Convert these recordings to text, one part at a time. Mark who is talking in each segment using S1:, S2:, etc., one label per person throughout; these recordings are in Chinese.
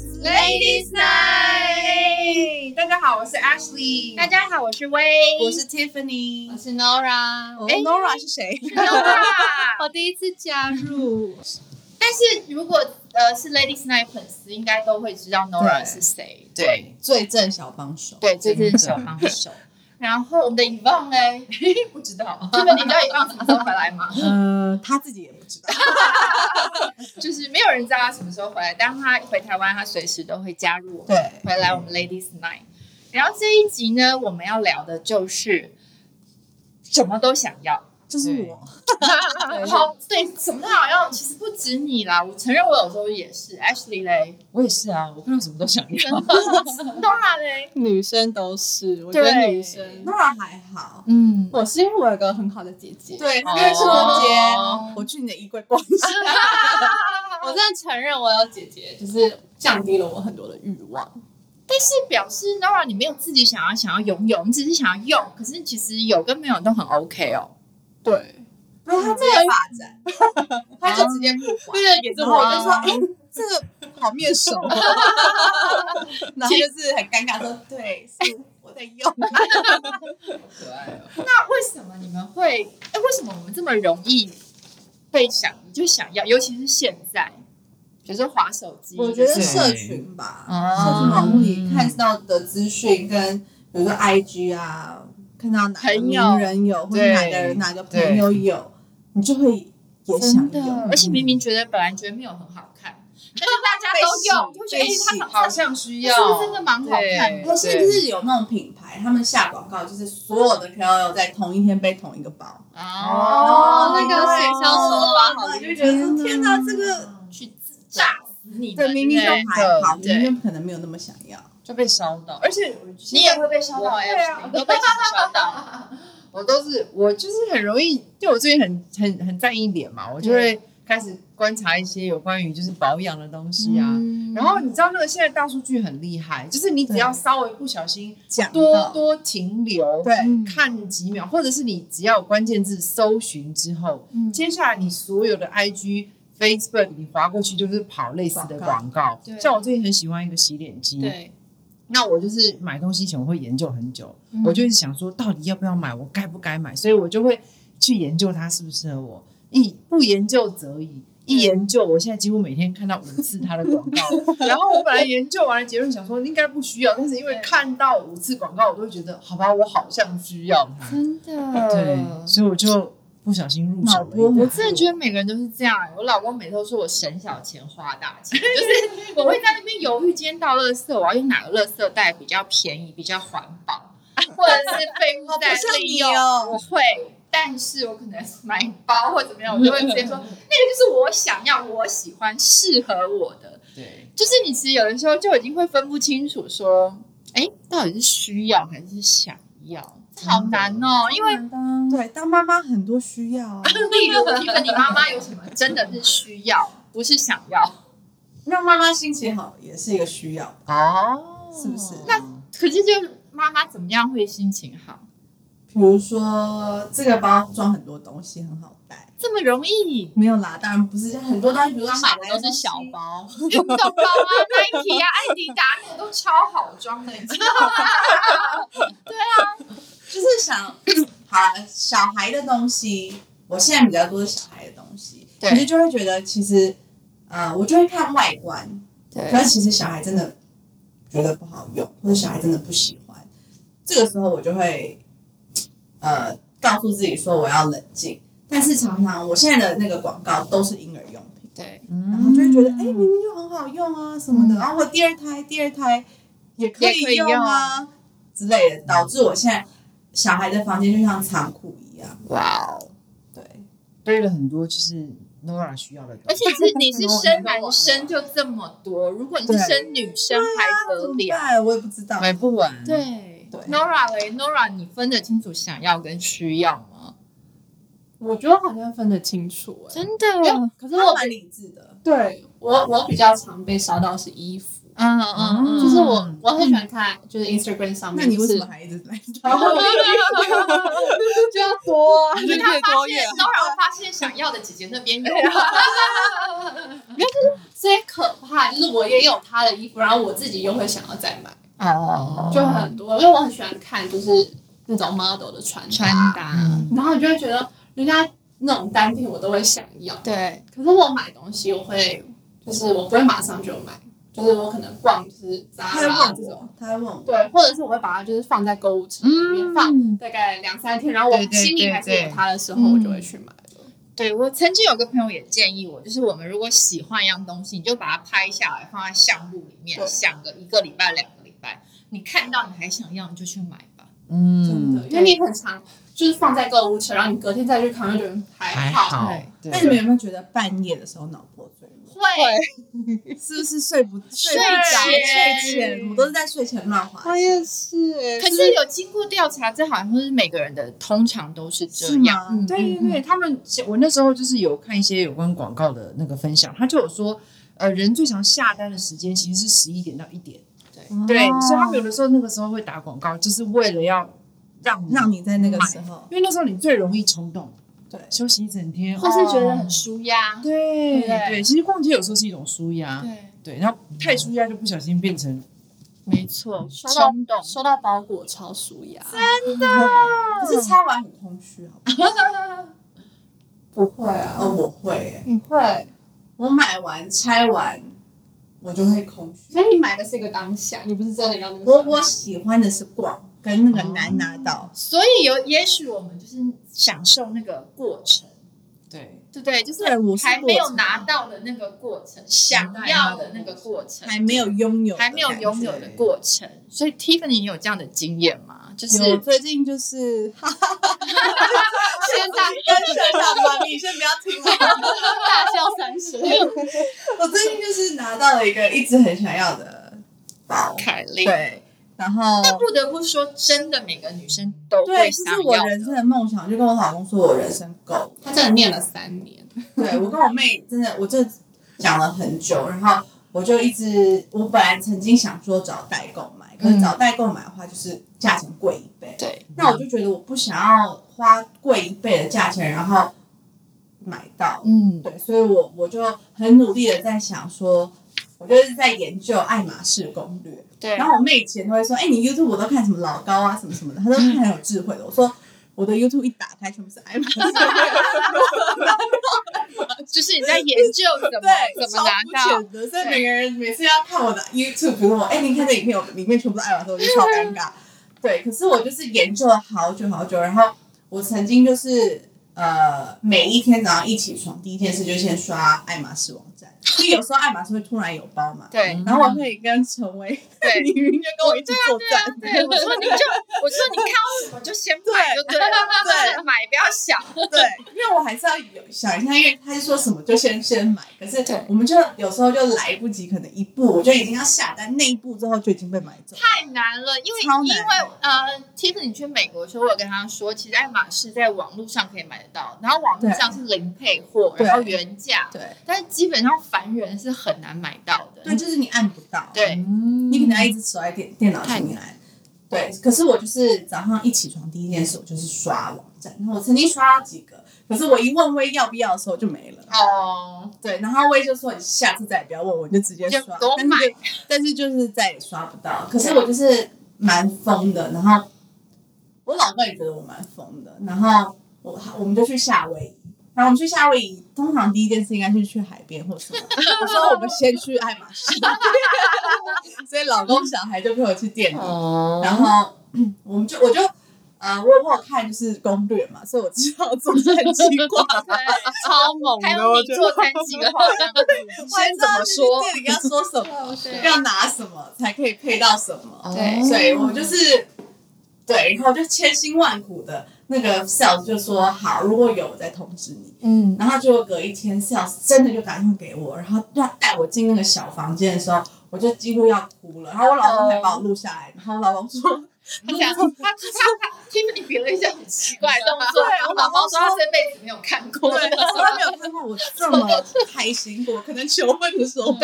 S1: Ladies Night。大家好，我是 Ashley。
S2: 大家好，我是薇，
S1: 我是 Tiffany。
S2: 我是 Nora，
S1: 哦
S2: 哎
S1: Nora 是谁？
S2: ，Nora，我第一次加入。但是如果呃是 Ladies Night 粉丝，应该都会知道 Nora
S1: 对
S2: 是谁。
S1: 对，
S3: 最正小帮手。
S2: 对，这
S1: 真
S2: 是
S1: 的
S2: 小 帮手。然后我们的遗忘嘞，
S1: 不知道。
S2: 这个你知道遗忘什么时候回来吗？
S3: 呃，他自己也不知道。
S2: 就是没有人知道他什么时候回来，但他回台湾，他随时都会加入我们
S3: 对，
S2: 回来我们 Ladies Night。然后这一集呢，我们要聊的就是什么都想要。
S3: 就是我。
S2: 然后对什么都好像其实不止你啦，我承认我有时候也是，Ashley 嘞，
S1: 我也是啊，我看到什么都想
S2: 真的 ，Dora 嘞，
S4: 女生都是，我觉得
S2: 对
S4: 女生，
S3: Nora 还好。
S2: 嗯，
S4: 我是因为我有个很好的姐姐，
S3: 对，
S1: 哦
S3: 他跟我说姐， 我去你的衣柜逛
S2: 哦
S3: 一下。
S2: 啊
S4: 我真的承认我有姐姐，就是降低了我很多的欲望。
S2: 但是表示 Dora 你没有自己想要想要拥有，你只是想要用，可是其实有跟没有都很 OK 哦。
S4: 对，
S3: 不是他这个发展，他就直接不管。
S4: 对，也是
S3: 然后
S4: 我
S3: 我
S4: 就
S2: 啊
S3: 就说
S4: 说，，
S3: 哎，这个好面熟。 然后就是很尴尬说，对，是我在用。
S1: 可爱哦。
S2: 那为什么你们会？哎，为什么我们这么容易被想就想要，尤其是现在，比如说滑手机，
S3: 我觉得
S2: 就是
S3: 社群吧，
S2: 嗯
S3: 社群网络里看到的资讯跟比如说 IG 啊，看到哪个
S2: 朋友
S3: 名人有，或者
S2: 对
S3: 哪个哪个朋友有，你就会也
S2: 真
S3: 想
S2: 的
S3: 有，。
S2: 而且明明觉得本来觉得没有很好看，但是大家都用，就觉得哎，它很
S1: 好像需
S2: 是不是真的蛮好看
S3: 它
S2: 的？
S3: 甚至是有那种品牌，他们下广告就是所有的朋友在同一天背同一个包，
S2: 哦
S4: 那个
S2: 对
S4: 行销手法好
S3: 对就觉得说天哪，这个
S2: 去自炸死你们，
S3: 对明明
S2: 对
S3: 就
S2: 不
S3: 还好，
S2: 对
S3: 明明可能没有那么想要。
S1: 就被烧到，而且
S2: 对你也会被烧到
S4: 哎
S1: 对啊
S2: F，你都被烧到，
S1: 我都是我就是很容易，对我最近很很很在意脸嘛，我就
S2: 嗯
S1: 会开始观察一些有关于就是保养的东西啊。
S2: 嗯
S1: 然后你知道那个现在大数据很厉害，就是你只要稍微不小心
S3: 讲
S1: 多
S3: 到
S1: 多停留，嗯
S3: 对，
S1: 看几秒，或者是你只要有关键字搜寻之后，
S2: 嗯
S1: 接下来你所有的 IG、Facebook 你划过去就是跑类似的
S3: 广
S1: 广告
S2: 对。
S1: 像我最近很喜欢一个洗脸
S2: 嗯
S1: 机，
S4: 对，
S1: 那我就是买东西前我会研究很久，我就是想说到底要不要买，我该不该买，所以我就会去研究它适不适合我。一不研究则已，一研究我现在几乎每天看到五次它的广告，然后我本来研究完了结论想说应该不需要，但是因为
S2: 对
S1: 看到五次广告，我都会觉得好吧，我好像需要它，
S2: 真
S1: 对，
S2: 的。
S1: 所以我就不小心入
S3: 嗯
S1: 手
S3: 脑
S1: 了
S3: 波
S1: 一
S2: 我
S1: 个。
S2: 真的觉得每个人都是这样、欸我老公每次都说我省小钱花大钱，就是 我会在那边犹豫，今天到垃圾，我要用哪个垃圾袋比较便宜、比较环保，或者是 废物袋
S3: 好不像
S2: 利
S3: 你
S2: 用。
S3: 哦
S2: 我会，但是我可能买包或怎么样，我就会直接 说那个就是我想要、我喜欢、适合我的。
S1: 对，
S2: 就是你其实有的时候就已经会分不清楚说，哎，到底是需要还是想要，这好难哦，因为
S3: 对，当妈妈很多需要啊。
S2: 例如，你跟你妈妈有什么真的是需要，不是想要？
S3: 让妈妈心情好也是一个需要，
S1: 哦，
S3: 是不是
S1: 那
S2: 可是就是妈妈怎么样会心情好？
S3: 比如说这个包装很多东西很好带，
S2: 这么容易？
S3: 没有啦，当然不是很多东西，比如说
S4: 她买的都是小包，
S2: 运动包 啊、Nike 啊、艾迪达那个都超好装的，你知道啊吗？
S3: 就是想 好啦小孩的东西，我现在比较多是小孩的东西，
S2: 对
S3: 可是就会觉得其实，呃，我就会看外观，可是其实小孩真的觉得不好用，或者小孩真的不喜欢，这个时候我就会呃告诉自己说我要冷静，但是常常我现在的那个广告都是婴儿用品。
S2: 对，
S3: 然
S1: 嗯
S3: 后就会觉得，哎、明明就很好用啊什么的，然后我第二胎、第二胎也可以用啊之类的，导致我现在小孩的房间就像仓库一样。
S2: 哇哦！
S3: 对，
S1: 堆了很多就是 Nora 需要的东西
S2: 而。且是你是生男生就这么多，如果你是生女生还
S3: 怎
S2: 得
S3: 么
S2: 了？
S3: 办？我也不知道。
S1: 买不完，，
S2: 对
S3: 对
S2: n o r a 嘞，Nora，你分得清楚想要跟需要吗？
S4: 我觉得好像分得清楚哎、
S2: 真的，
S4: 可是
S3: 他
S4: 我
S3: 蛮理智的，
S4: 对我我比较常被烧到是衣服，
S2: 嗯嗯嗯，
S4: 就是 我我很喜欢看，就是 Instagram 上面，
S3: 那你为什
S4: 是
S3: 么还一直来？
S4: 然后 就要多啊， 就
S2: 因为
S4: 越
S2: 他发
S4: 多越
S2: 现
S4: 好。
S2: ，Nora 发现想要的姐姐那边有，
S4: 所以可怕就是我也有他的衣服，然后我自己又会想要再买，
S2: 哦
S4: 就很多，因为我很喜欢看就是那种 model 的穿
S2: 穿搭，
S4: 然后你就会觉得人家那种单品我都会想要，
S2: 对，
S4: 可是我买东西我会就是我不会马上就买，就是我可能逛就是
S3: 他在问
S4: Zara 这种
S3: 我，，他在问我，
S4: 对，或者是我会把它就是放在购物车里面放
S2: 嗯，
S4: 大概两三天，然后我
S1: 对对
S4: 心里还是有它的时候，
S2: 对对
S4: 我就会去买了。
S2: 对我曾经有个朋友也建议我，就是我们如果喜欢一样东西，你就把它拍下来放在相簿里面，
S4: 对
S2: 想个一个礼拜、两个礼拜，你看到你还想要，你就去买吧。
S4: 真
S1: 嗯
S4: 的，，因为你很常就是放在购物车，然后你隔天再去看，就觉得还
S1: 还
S4: 好。
S1: 好
S2: 对。
S1: 对
S3: 那你们有没有觉得半夜的时候脑破碎？
S4: 会
S3: 是不是睡不睡不
S2: 前哎
S3: 着？睡前我都是在睡前乱滑。
S1: 也是
S2: 可是有经过调查，这好像是每个人的，通常都是这
S3: 是
S2: 样。
S3: 吗？
S2: 嗯
S1: 对对
S2: 嗯
S1: 对，他们我那时候就是有看一些有关广告的那个分享，他就有说，呃，人最常下单的时间其实是十一点到一点，
S2: 嗯
S1: 对，
S3: 嗯
S1: 所以他们有的时候那个时候会打广告，就是为了要让
S3: 让，你在那个时候，
S1: 因为那时候你最容易冲动，
S3: 对
S1: 休息一整天，
S2: 或是觉得很
S1: 哦
S2: 舒压。
S1: 对
S2: 对
S1: 对，其实逛街有时候是一种舒压，
S2: 对，
S1: 对，然后太舒压就不小心变成
S2: 没错，
S4: 收到
S2: 冲动。
S4: 收到包裹超舒压，
S3: 可是拆完很空虚，好不好？
S4: 不会啊
S3: 哦，我会耶，
S4: 你会，
S3: 我买完拆完，我就会空虚。
S4: 所以你买的是一个当下，你不是真的要那个。
S3: 我我喜欢的是逛，跟那个难拿到。
S2: 所以有，也许我们就是享受那个过程，
S1: 对
S2: 对不对？就是
S3: 对我是
S2: 还没
S3: 过
S2: 有
S3: 程
S2: 拿到的那个过程，想要的那个过程，
S3: 还没有拥有的
S2: 还
S3: 感
S2: 没
S3: 觉，
S2: 有拥有的过程。所以 Tiffany，你有这样的经验吗？就是
S3: 有。我最近就是哈
S4: 现 在
S3: 跟学长吧，你先不要听了。
S4: 大笑三声，
S3: 我最近就是拿到了一个一直很想要的包，
S2: 凯莉，
S3: 对，然后
S2: 但不得不说，真的每个女生都
S3: 对，
S2: 会
S3: 这
S2: 想
S3: 是
S2: 要
S3: 我人生的梦想。我就跟我老公说，我人生够了。
S4: 他 真的念了三年，
S3: 对我跟我妹真的，我真的讲了很久，然后我就一直，我本来曾经想说找代购买，可是找代购买的话，就是价钱贵一倍。
S4: 嗯对，
S3: 那我就觉得我不想要花贵一倍的价钱，然后买到。
S2: 嗯，
S3: 对，所以我我就很努力的在想说，我就是在研究爱马仕攻略。
S2: 对
S3: 然后我妹以前都会说：“哎、你 YouTube 我都看什么老高啊，什么什么的。”她都看很有智慧的。我说：“我的 YouTube 一打开，全部是爱马仕。”
S2: 就是你在研究怎么
S3: 对，
S2: 怎么拿
S3: 超
S2: 到
S3: 肤，浅的，所以每个人每次要看我的 YouTube，比如说我哎、你看这影片，我里面全部都爱马仕，我就超尴尬。对，可是我就是研究了好久好久，然后我曾经就是呃，每一天早上一起床，第一件事就先刷爱马仕网站，因为有时候爱马仕会突然有包嘛。
S2: 对
S3: 然后我会跟陈威、
S2: 对
S3: 李云就跟我一起作战，
S2: 对，我说你就，我说你看到什么就先买就对了，
S3: 对
S2: 就是买不要想。
S3: 对，因为我还是要有想一下，因为他就说什么就先先买，可是
S2: 对
S3: 我们就有时候就来不及，可能一步我就已经要下单，那一步之后就已经被买走。
S2: 太难了，因为
S3: 超难
S2: 因为呃，其实你去美国的时候，我有跟他说，其实爱马仕在网络上可以买得到，然后网络上是零配货，
S3: 对
S2: 然后原价，
S3: 对，
S2: 但是基本上凡人是很难买到的。
S3: 对，就是你按不到，，
S2: 对
S1: 嗯
S3: 你可能要一直守在电电脑前面按。对，可是我就是早上一起床第一件事，我就是刷网站，然后我曾经刷了几个，可是我一问薇要不要的时候就没了。
S2: 哦，
S3: 对，然后薇就说你下次再也不要问我，你就直接
S2: 就
S3: 刷，
S2: 给我
S3: 但是就但是就是再也刷不到。可是我就是蛮疯的，然后我老公也觉得我蛮疯的，然后我我们就去夏威夷。然后我们去夏威夷，通常第一件事应该是去海边或什么。我说我们先去爱马仕， 所以老公小孩就陪我去店里，
S1: 哦
S3: 然后嗯我们就我就呃，我我有看就是攻略嘛，所以我知道做战机 挂
S2: 对，
S4: 超猛
S2: 还有你做餐几个好像
S3: 先
S2: 怎么说
S3: 店里要说什么，
S2: 对哦
S3: 要拿什么才可以配到什
S1: 哦
S3: 么。
S2: 对
S3: 所以我就是对，然后就千辛万苦的那个 sales 就说好，如果有我再通知你。
S2: 嗯，
S3: 然后结果隔一天，sales 真的就打电话给我，然后要带我进那个小房间的时候，我就几乎要哭了。然后我老
S2: 哦
S3: 公还把我录下来，然后我老公说。
S2: 他想他他他 Tiffany 比了一下很奇怪的动作，
S3: 对
S2: 然后宝宝说他这辈子没有看过，
S3: 对，从来没有看过我这么开心过，可能求婚的时
S4: 嗯
S3: 候吧。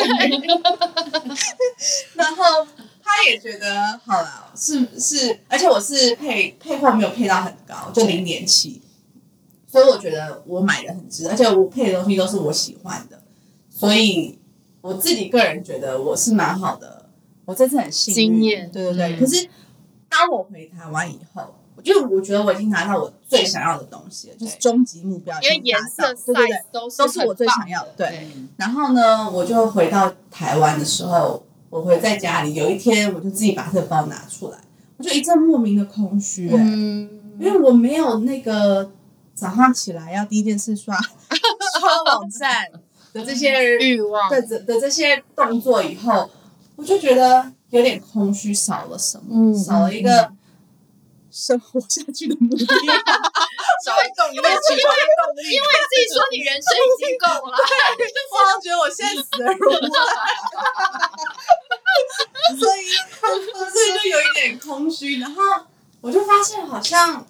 S3: 然后他也觉得好啦，是是，而且我是配配货没有配到很高，就零点七，所以我觉得我买的很值，而且我配的东西都是我喜欢的，所以我自己个人觉得我是蛮好的，我这次很幸运，
S4: 经验
S3: 对对对。
S2: 嗯
S3: 可是当我回台湾以后，我就我觉得我已经拿到我最想要的东西了，就是终极目标已
S2: 因
S3: 经达
S2: 为
S3: 到，
S2: 颜色、
S3: 对对对
S2: size 都
S3: 都
S2: 是
S3: 是我最
S2: 很
S3: 想要的。对，
S2: 对
S3: 然后呢，我就回到台湾的时候，我回在家里，有一天我就自己把这个包拿出来，我就一阵莫名的空虚、欸
S4: 嗯，
S3: 因为我没有那个早上起来要第一件事刷 刷网站的 这些
S2: 棒欲望，
S3: 对的的这些动作以后，我就觉得有点空虚，少了什么，
S4: 嗯
S3: 少了一个生活下去的目的。
S2: 找一动力，因为 因为自己说你人生已经够了，
S3: 我好像觉得我现在死而无憾， 所以所以就有一点空虚。然后我就发现，好像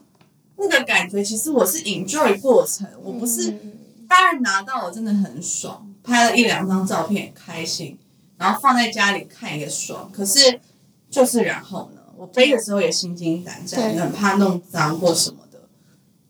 S3: 那个感觉，其实我是 enjoy 过程，我不
S4: 嗯
S3: 是当然拿到我真的很爽，拍了一两张照片很开心，然后放在家里看也爽。可是就是然后呢，我背的时候也心惊胆战，
S4: 对
S3: 很怕弄脏或什么的。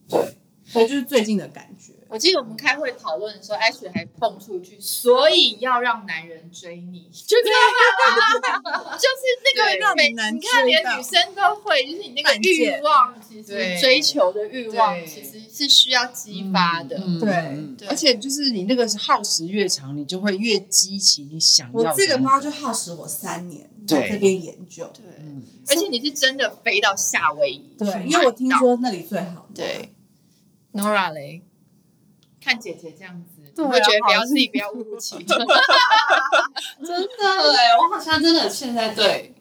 S3: 对，所以就是最近的感觉。
S2: 我记得我们开会讨论的时候，Ashley 还碰出一句，所以要让男人追你，就这样啊，就是那
S3: 对
S2: 个
S3: 让
S2: 每
S3: 男
S2: 你看，连
S3: 追到
S2: 女生都会，就是你那个
S3: 犯
S2: 欲
S3: 贱
S2: 望，其
S1: 对
S2: 实追求的欲望
S1: 对
S2: 其实是需要激发的。
S1: 嗯
S3: 对
S1: 嗯
S2: 对
S1: 而且就是你那个耗时越长，你就会越激起你想要
S3: 我
S1: 的。
S3: 这个猫就耗时我三年在
S1: 对
S3: 这边研究，
S2: 对，
S1: 嗯，
S2: 而且你是真的飞到夏威夷去买到，
S3: 对，因为我听说那里最好。
S4: 对，Nora 嘞，
S2: 看姐姐这样子，
S4: 对
S2: 你
S4: 啊
S2: 会觉得不
S4: 好
S2: 要自己不要误入歧途。
S4: 真的哎，我好像真的现在对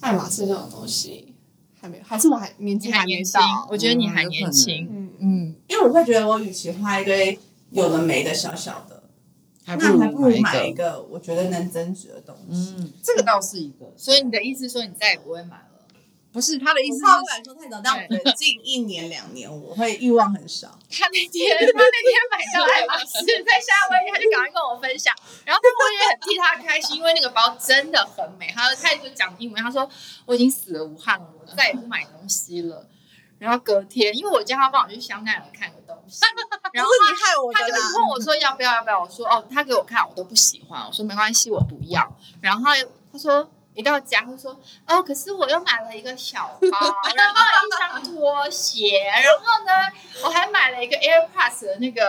S4: 爱马仕这种东西还没有，还是我还年纪
S2: 你还
S4: 没
S2: 年轻
S4: 到，，
S2: 我觉得你
S1: 嗯
S2: 还
S1: 有可
S2: 年
S1: 能
S2: 轻，
S4: 嗯嗯，
S3: 因为我会觉得我与其花一堆有的没的小小的，
S1: 还不
S3: 那还不如
S1: 买
S3: 买一
S1: 一个。
S3: 个我觉得能增值的东西。
S1: 嗯，这个倒是一个，
S2: 所以你的意思说你再也不会买了？
S1: 不是他的意
S3: 我
S1: 思
S3: 话不
S1: 是，
S3: 敢说太早，但我觉得近一年两年我会欲望很 少。
S2: 他那天他那天买到爱马仕在夏威夷，他就赶快跟我分享，然后我也很替他开心，因为那个包真的很美。他就开始讲英文，他说我已经死了武汉了，我再也不买东西了。然后隔天，因为我叫他帮我去香奈儿看个东西，然后
S3: 不是你害我
S2: 他
S3: 的
S2: 就
S3: 啦，
S2: 问我说要不要要不要，我说哦，他给我看我都不喜欢，我说没关系，我不要。然后他他说一到家他说哦，可是我又买了一个小包，然后一双拖鞋，然后呢我还买了一个 AirPods 的那个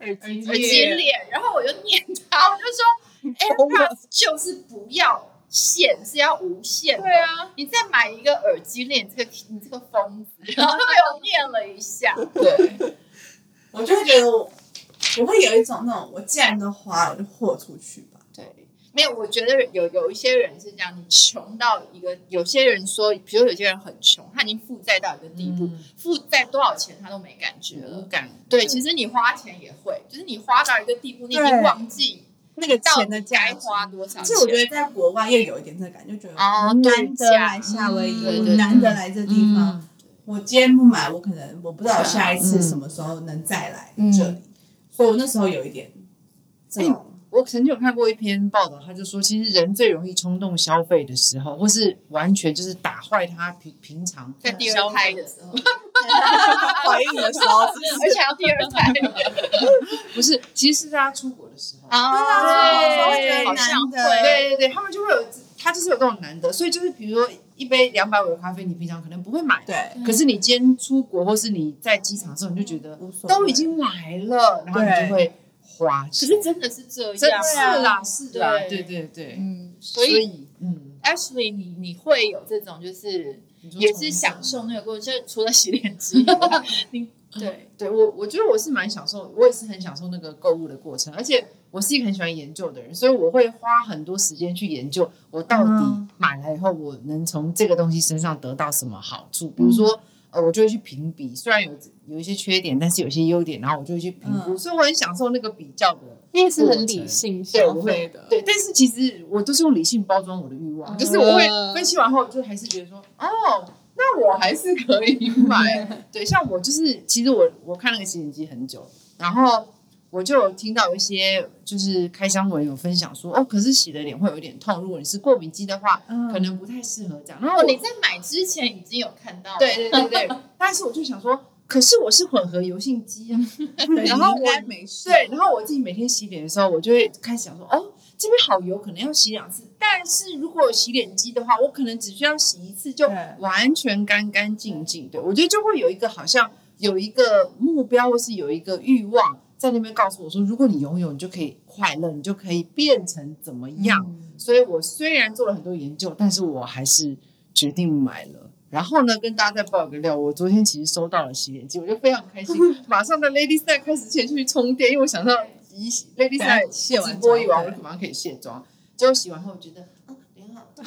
S4: 耳
S2: 耳机链，然后我就念他，我就说 AirPods 就是不要线是要无线的，
S4: 对啊，
S2: 你再买一个耳机链，你这个你这个疯子，然后就被我念了一下，对，
S3: 我就会觉得我我会有一种那种我既然都花了，我就豁出去吧。
S2: 对，没有，我觉得有有一些人是这样，你穷到一个，有些人说，比如有些人很穷，他已经负债到一个地步，
S3: 嗯
S1: 嗯
S2: 负债多少钱他都没感觉
S1: 无
S2: 了。
S1: 感。
S2: 对，其实你花钱也会，就是你花到一个地步，你已经
S3: 对
S2: 忘记
S3: 那个
S2: 到
S3: 钱的
S2: 底
S3: 价
S2: 该
S3: 值，
S2: 花多少
S3: 这我觉
S2: 钱。
S3: 得在国外又有一点这个感觉，就觉得
S2: 哦
S3: 我难
S2: 度
S3: 得
S2: 假
S3: 来夏威夷，
S1: 嗯
S2: 对
S3: 我
S2: 对
S3: 难得来这地方，
S1: 嗯，
S3: 我今天不买，我可能我不知道我
S2: 啊
S3: 下一次
S2: 嗯
S3: 什么时候能再来这里，所以我那时候有一点
S2: 哎
S3: 这种，
S1: 我曾经有看过一篇报道，他就说，其实人最容易冲动消费的时候，或是完全就是打坏他平平常
S2: 在第二胎的时候，
S4: 嗯
S3: 怀孕的时候，
S2: 而且还要第二胎
S1: 不是，其实是在他出国的时候。
S3: 啊
S2: 哦对
S3: 对
S2: 好像
S3: 难得
S2: 会，
S1: 对对对，他们就会有，他就是有这种难得，所以就是比如说一杯两百五的咖啡，你平常可能不会买，
S3: 对，
S1: 可是你今天出国或是你在机场的时候，你就觉得
S3: 无所谓
S1: 嗯都已经来了，然后你就会花
S2: 可
S1: 钱。
S2: 是真的是这
S1: 真
S2: 样啊
S1: 的
S2: 吗，
S1: 是啦，是啦，
S2: 对
S1: 对对对，
S4: 嗯，
S2: 所以
S1: 以嗯，
S2: Ashley，你你会有这种就是
S1: 你说
S2: 也
S1: 从
S2: 是享受那个过程，就是除了洗脸之外，你对
S1: 对我，我觉得我是蛮享受，我也是很享受那个购物的过程，而且我是一个很喜欢研究的人，所以我会花很多时间去研究我到底
S3: 嗯
S1: 买来以后，我能从这个东西身上得到什么好处。比如说，呃，我就会去评比，虽然有有一些缺点，但是有些优点，然后我就会去评估，
S3: 嗯
S1: 所以我很享受那个比较的。
S4: 你也是很理性消费的，
S1: 对，但是其实我都是用理性包装我的欲望，
S4: 嗯
S1: 就是我会分析完后，就还是觉得说，哦，那我还是可以 买。对，像我就是，其实我我看那个洗脸机很久，然后我就有听到有一些就是开箱文有分享说，哦，可是洗的脸会有点痛，如果你是过敏肌的话，
S3: 嗯
S1: 可能不太适合这样。然后
S2: 哦，
S1: 我
S2: 你在买之前已经有看到了
S1: 对对对对，但是我就想说，可是我是混合油性 肌啊，
S3: 对
S1: 然后
S3: 你应该没事。
S1: 对，然后我自己每天洗脸的时候，我就会开始想说，哦，这边好油，可能要洗两次。但是如果有洗脸机的话，我可能只需要洗一次就
S3: 对
S1: 完全干干净净。对我觉得就会有一个好像有一个目标，或是有一个欲望在那边告诉我说，如果你拥有，你就可以快乐，你就可以变成怎么样。
S3: 嗯
S1: 所以我虽然做了很多研究，但是我还是决定买了。然后呢，跟大家再爆一个料，我昨天其实收到了洗脸机，我就非常 开心，马上在 Lady s i 开始前去充电，因为我想到一 Lady s i
S3: 啊卸
S1: 直
S3: 完
S1: 播一完，我
S3: 妆
S1: 就马上可以卸妆。结果洗完后，我觉得啊，脸好大，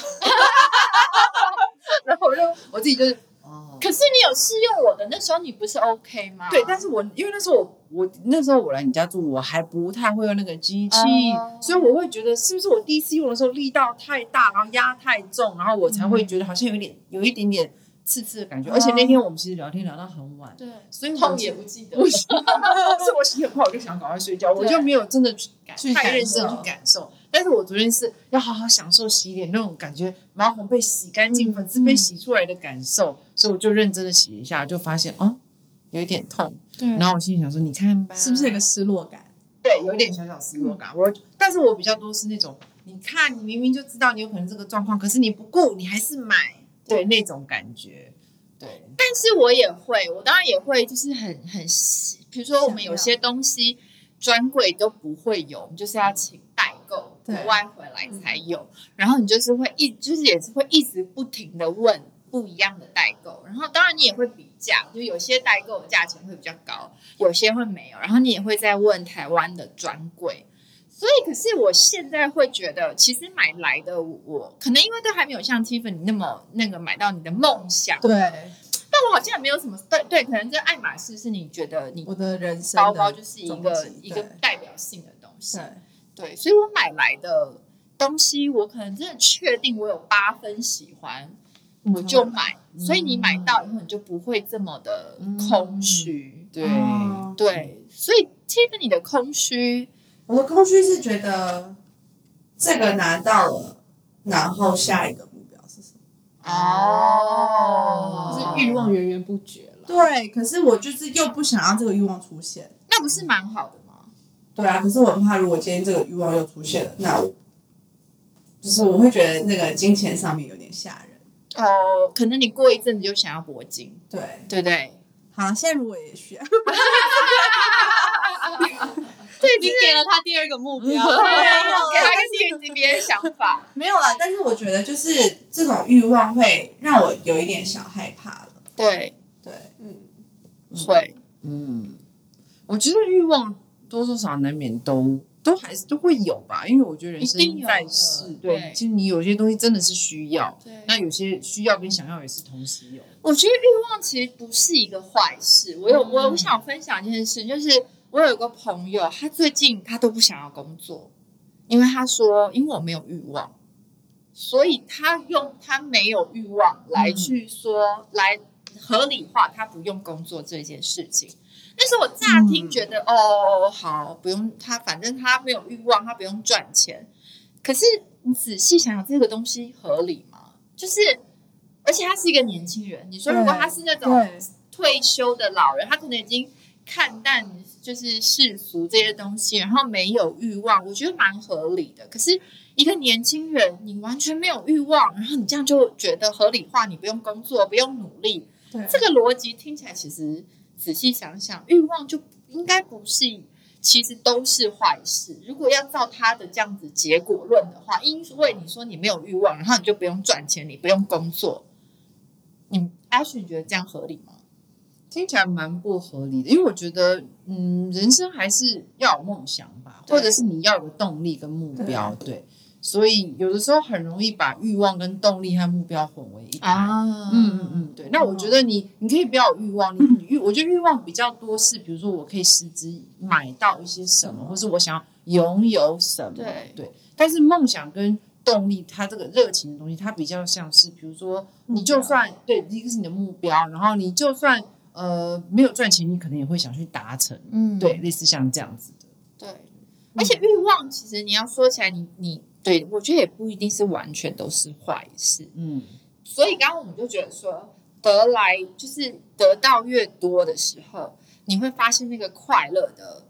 S1: 然后我就我自己就是哦，
S2: 可是你有试用我的，那时候你不是 OK 吗？
S1: 对，但是我因为那时候我我那时候我来你家住，我还不太会用那个机器，
S2: 哦
S1: 所以我会觉得是不是我第一次用的时候力道太大，然后压太重，然后我才会觉得好像有点有一点点刺刺的感觉。而且那天我们其实聊天聊到很晚，
S4: 对，
S1: 所以我
S4: 痛
S1: 其
S4: 也
S1: 实
S4: 不记得
S1: 不。是，是我洗很快，我就想赶快睡觉，我
S2: 对
S1: 就没有真的啊去感
S3: 去
S1: 太
S3: 感
S1: 认真地去
S3: 受
S1: 感受。但是我昨天是要好好享受洗脸那种感觉，毛孔被洗干净，粉刺被洗出来的感受，所以我就认真的洗一下，就发现哦，有一点痛。
S4: 对
S1: 然后我心里想说，你看吧，
S3: 是不是有个失落感？
S1: 对，有点小小失落感。我，但是我比较多是那种，你看，你明明就知道你有可能这个状况，可是你不顾，你还是买，对那种感觉，对，
S2: 但是我也会，我当然也会，就是很很细，比如说我们有些东西专柜都不会有，我们就是要请代购国
S3: 对
S2: 外回来才有。然后你就是会一，就是也是会一直不停的问不一样的代购，然后当然你也会比价，就有些代购的价钱会比较高，有些会没有，然后你也会再问台湾的专柜。所以，可是我现在会觉得，其实买来的我，可能因为都还没有像 Tiffany 那么那个买到你的梦想，
S3: 对，
S2: 但我好像也没有什么对对，可能这爱马仕是你觉得你
S3: 我的人生
S2: 包包
S3: 的
S2: 就是一个
S3: 终极
S2: 一个
S3: 对
S2: 代表性的东西，
S3: 对
S2: 对，所以我买来的东西，我可能真的确定我有八分喜欢，我就买。所以你买到以后，你就不会这么的空虚，
S1: 对，
S3: 哦
S2: 对。所以 Tiffany 的空虚，
S3: 我的空虚是觉得这个拿到了，然后下一个目标是什么？
S2: 哦
S4: 就是欲望源源不绝了。
S3: 对，可是我就是又不想要这个欲望出现。
S2: 那不是蛮好的吗？
S3: 对啊，可是我很怕，如果今天这个欲望又出现了，那我就是我会觉得那个金钱上面有点吓人。
S2: 哦，可能你过一阵子就想要铂金，
S3: 对，
S2: 对不对？
S3: 好，现在如果也需要，
S4: 对，你给了他第二 个目标。
S2: 啊给他一个别人想法。
S3: 没有啦，但是我觉得就是这种欲望会让我有一点小害怕了。
S2: 对，
S3: 对，
S4: 嗯，
S2: 会，
S1: 嗯，我觉得欲望多多少少难免都都还是都会有吧，因为我觉得人
S2: 一定
S1: 生
S2: 有
S1: 在
S2: 的
S1: 世，
S2: 对
S1: 对，其实你有些东西真的是需要，
S4: 对
S1: 那有些需要跟想要也是同时有，
S2: 我觉得欲望其实不是一个坏事。我有我我想分享一件事，就是我有一个朋友，他最近他都不想要工作，因为他说因为我没有欲望，所以他用他没有欲望来
S3: 嗯
S2: 去说、来合理化他不用工作这件事情。但是我乍
S3: 嗯
S2: 听觉得、哦好不用他，反正他没有欲望，他不用赚钱。可是你仔细想想，这个东西合理吗？就是，而且他是一个年轻人，你说如果他是那种
S3: 对，
S2: 退休的老人，他可能已经看淡就是世俗这些东西，然后没有欲望，我觉得蛮合理的。可是一个年轻人，你完全没有欲望，然后你这样就觉得合理化，你不用工作，不用努力，
S3: 对
S2: 这个逻辑听起来其实仔细想想，欲望就应该不是，其实都是坏事。如果要照他的这样子结果论的话，因为你说你没有欲望，然后你就不用赚钱，你不用工作，你 Ash 你觉得这样合理吗？
S1: 听起来蛮不合理的，因为我觉得，嗯，人生还是要有梦想吧，
S2: 对
S1: 或者是你要有动力跟目标，对。所以有的时候很容易把欲望跟动力和目标混为一谈。
S2: 啊哦
S1: 嗯嗯嗯，对。那我觉得你，你可以不要有欲望，你 你欲，我觉得欲望比较多是，比如说我可以实质买到一些什
S2: 嗯
S1: 么，或是我想要拥有什么，
S2: 对
S1: 对。但是梦想跟动力，它这个热情的东西，它比较像是，比如说你就算对，一个是你的目标，然后你就算呃没有赚钱，你可能也会想去达成，
S2: 嗯
S1: 对，类似像这样子的，
S2: 对，而且欲望其实你要说起来你，你对我觉得也不一定是完全都是坏事。
S1: 嗯，
S2: 所以刚刚我们就觉得说，得来就是得到越多的时候，你会发现那个快乐的，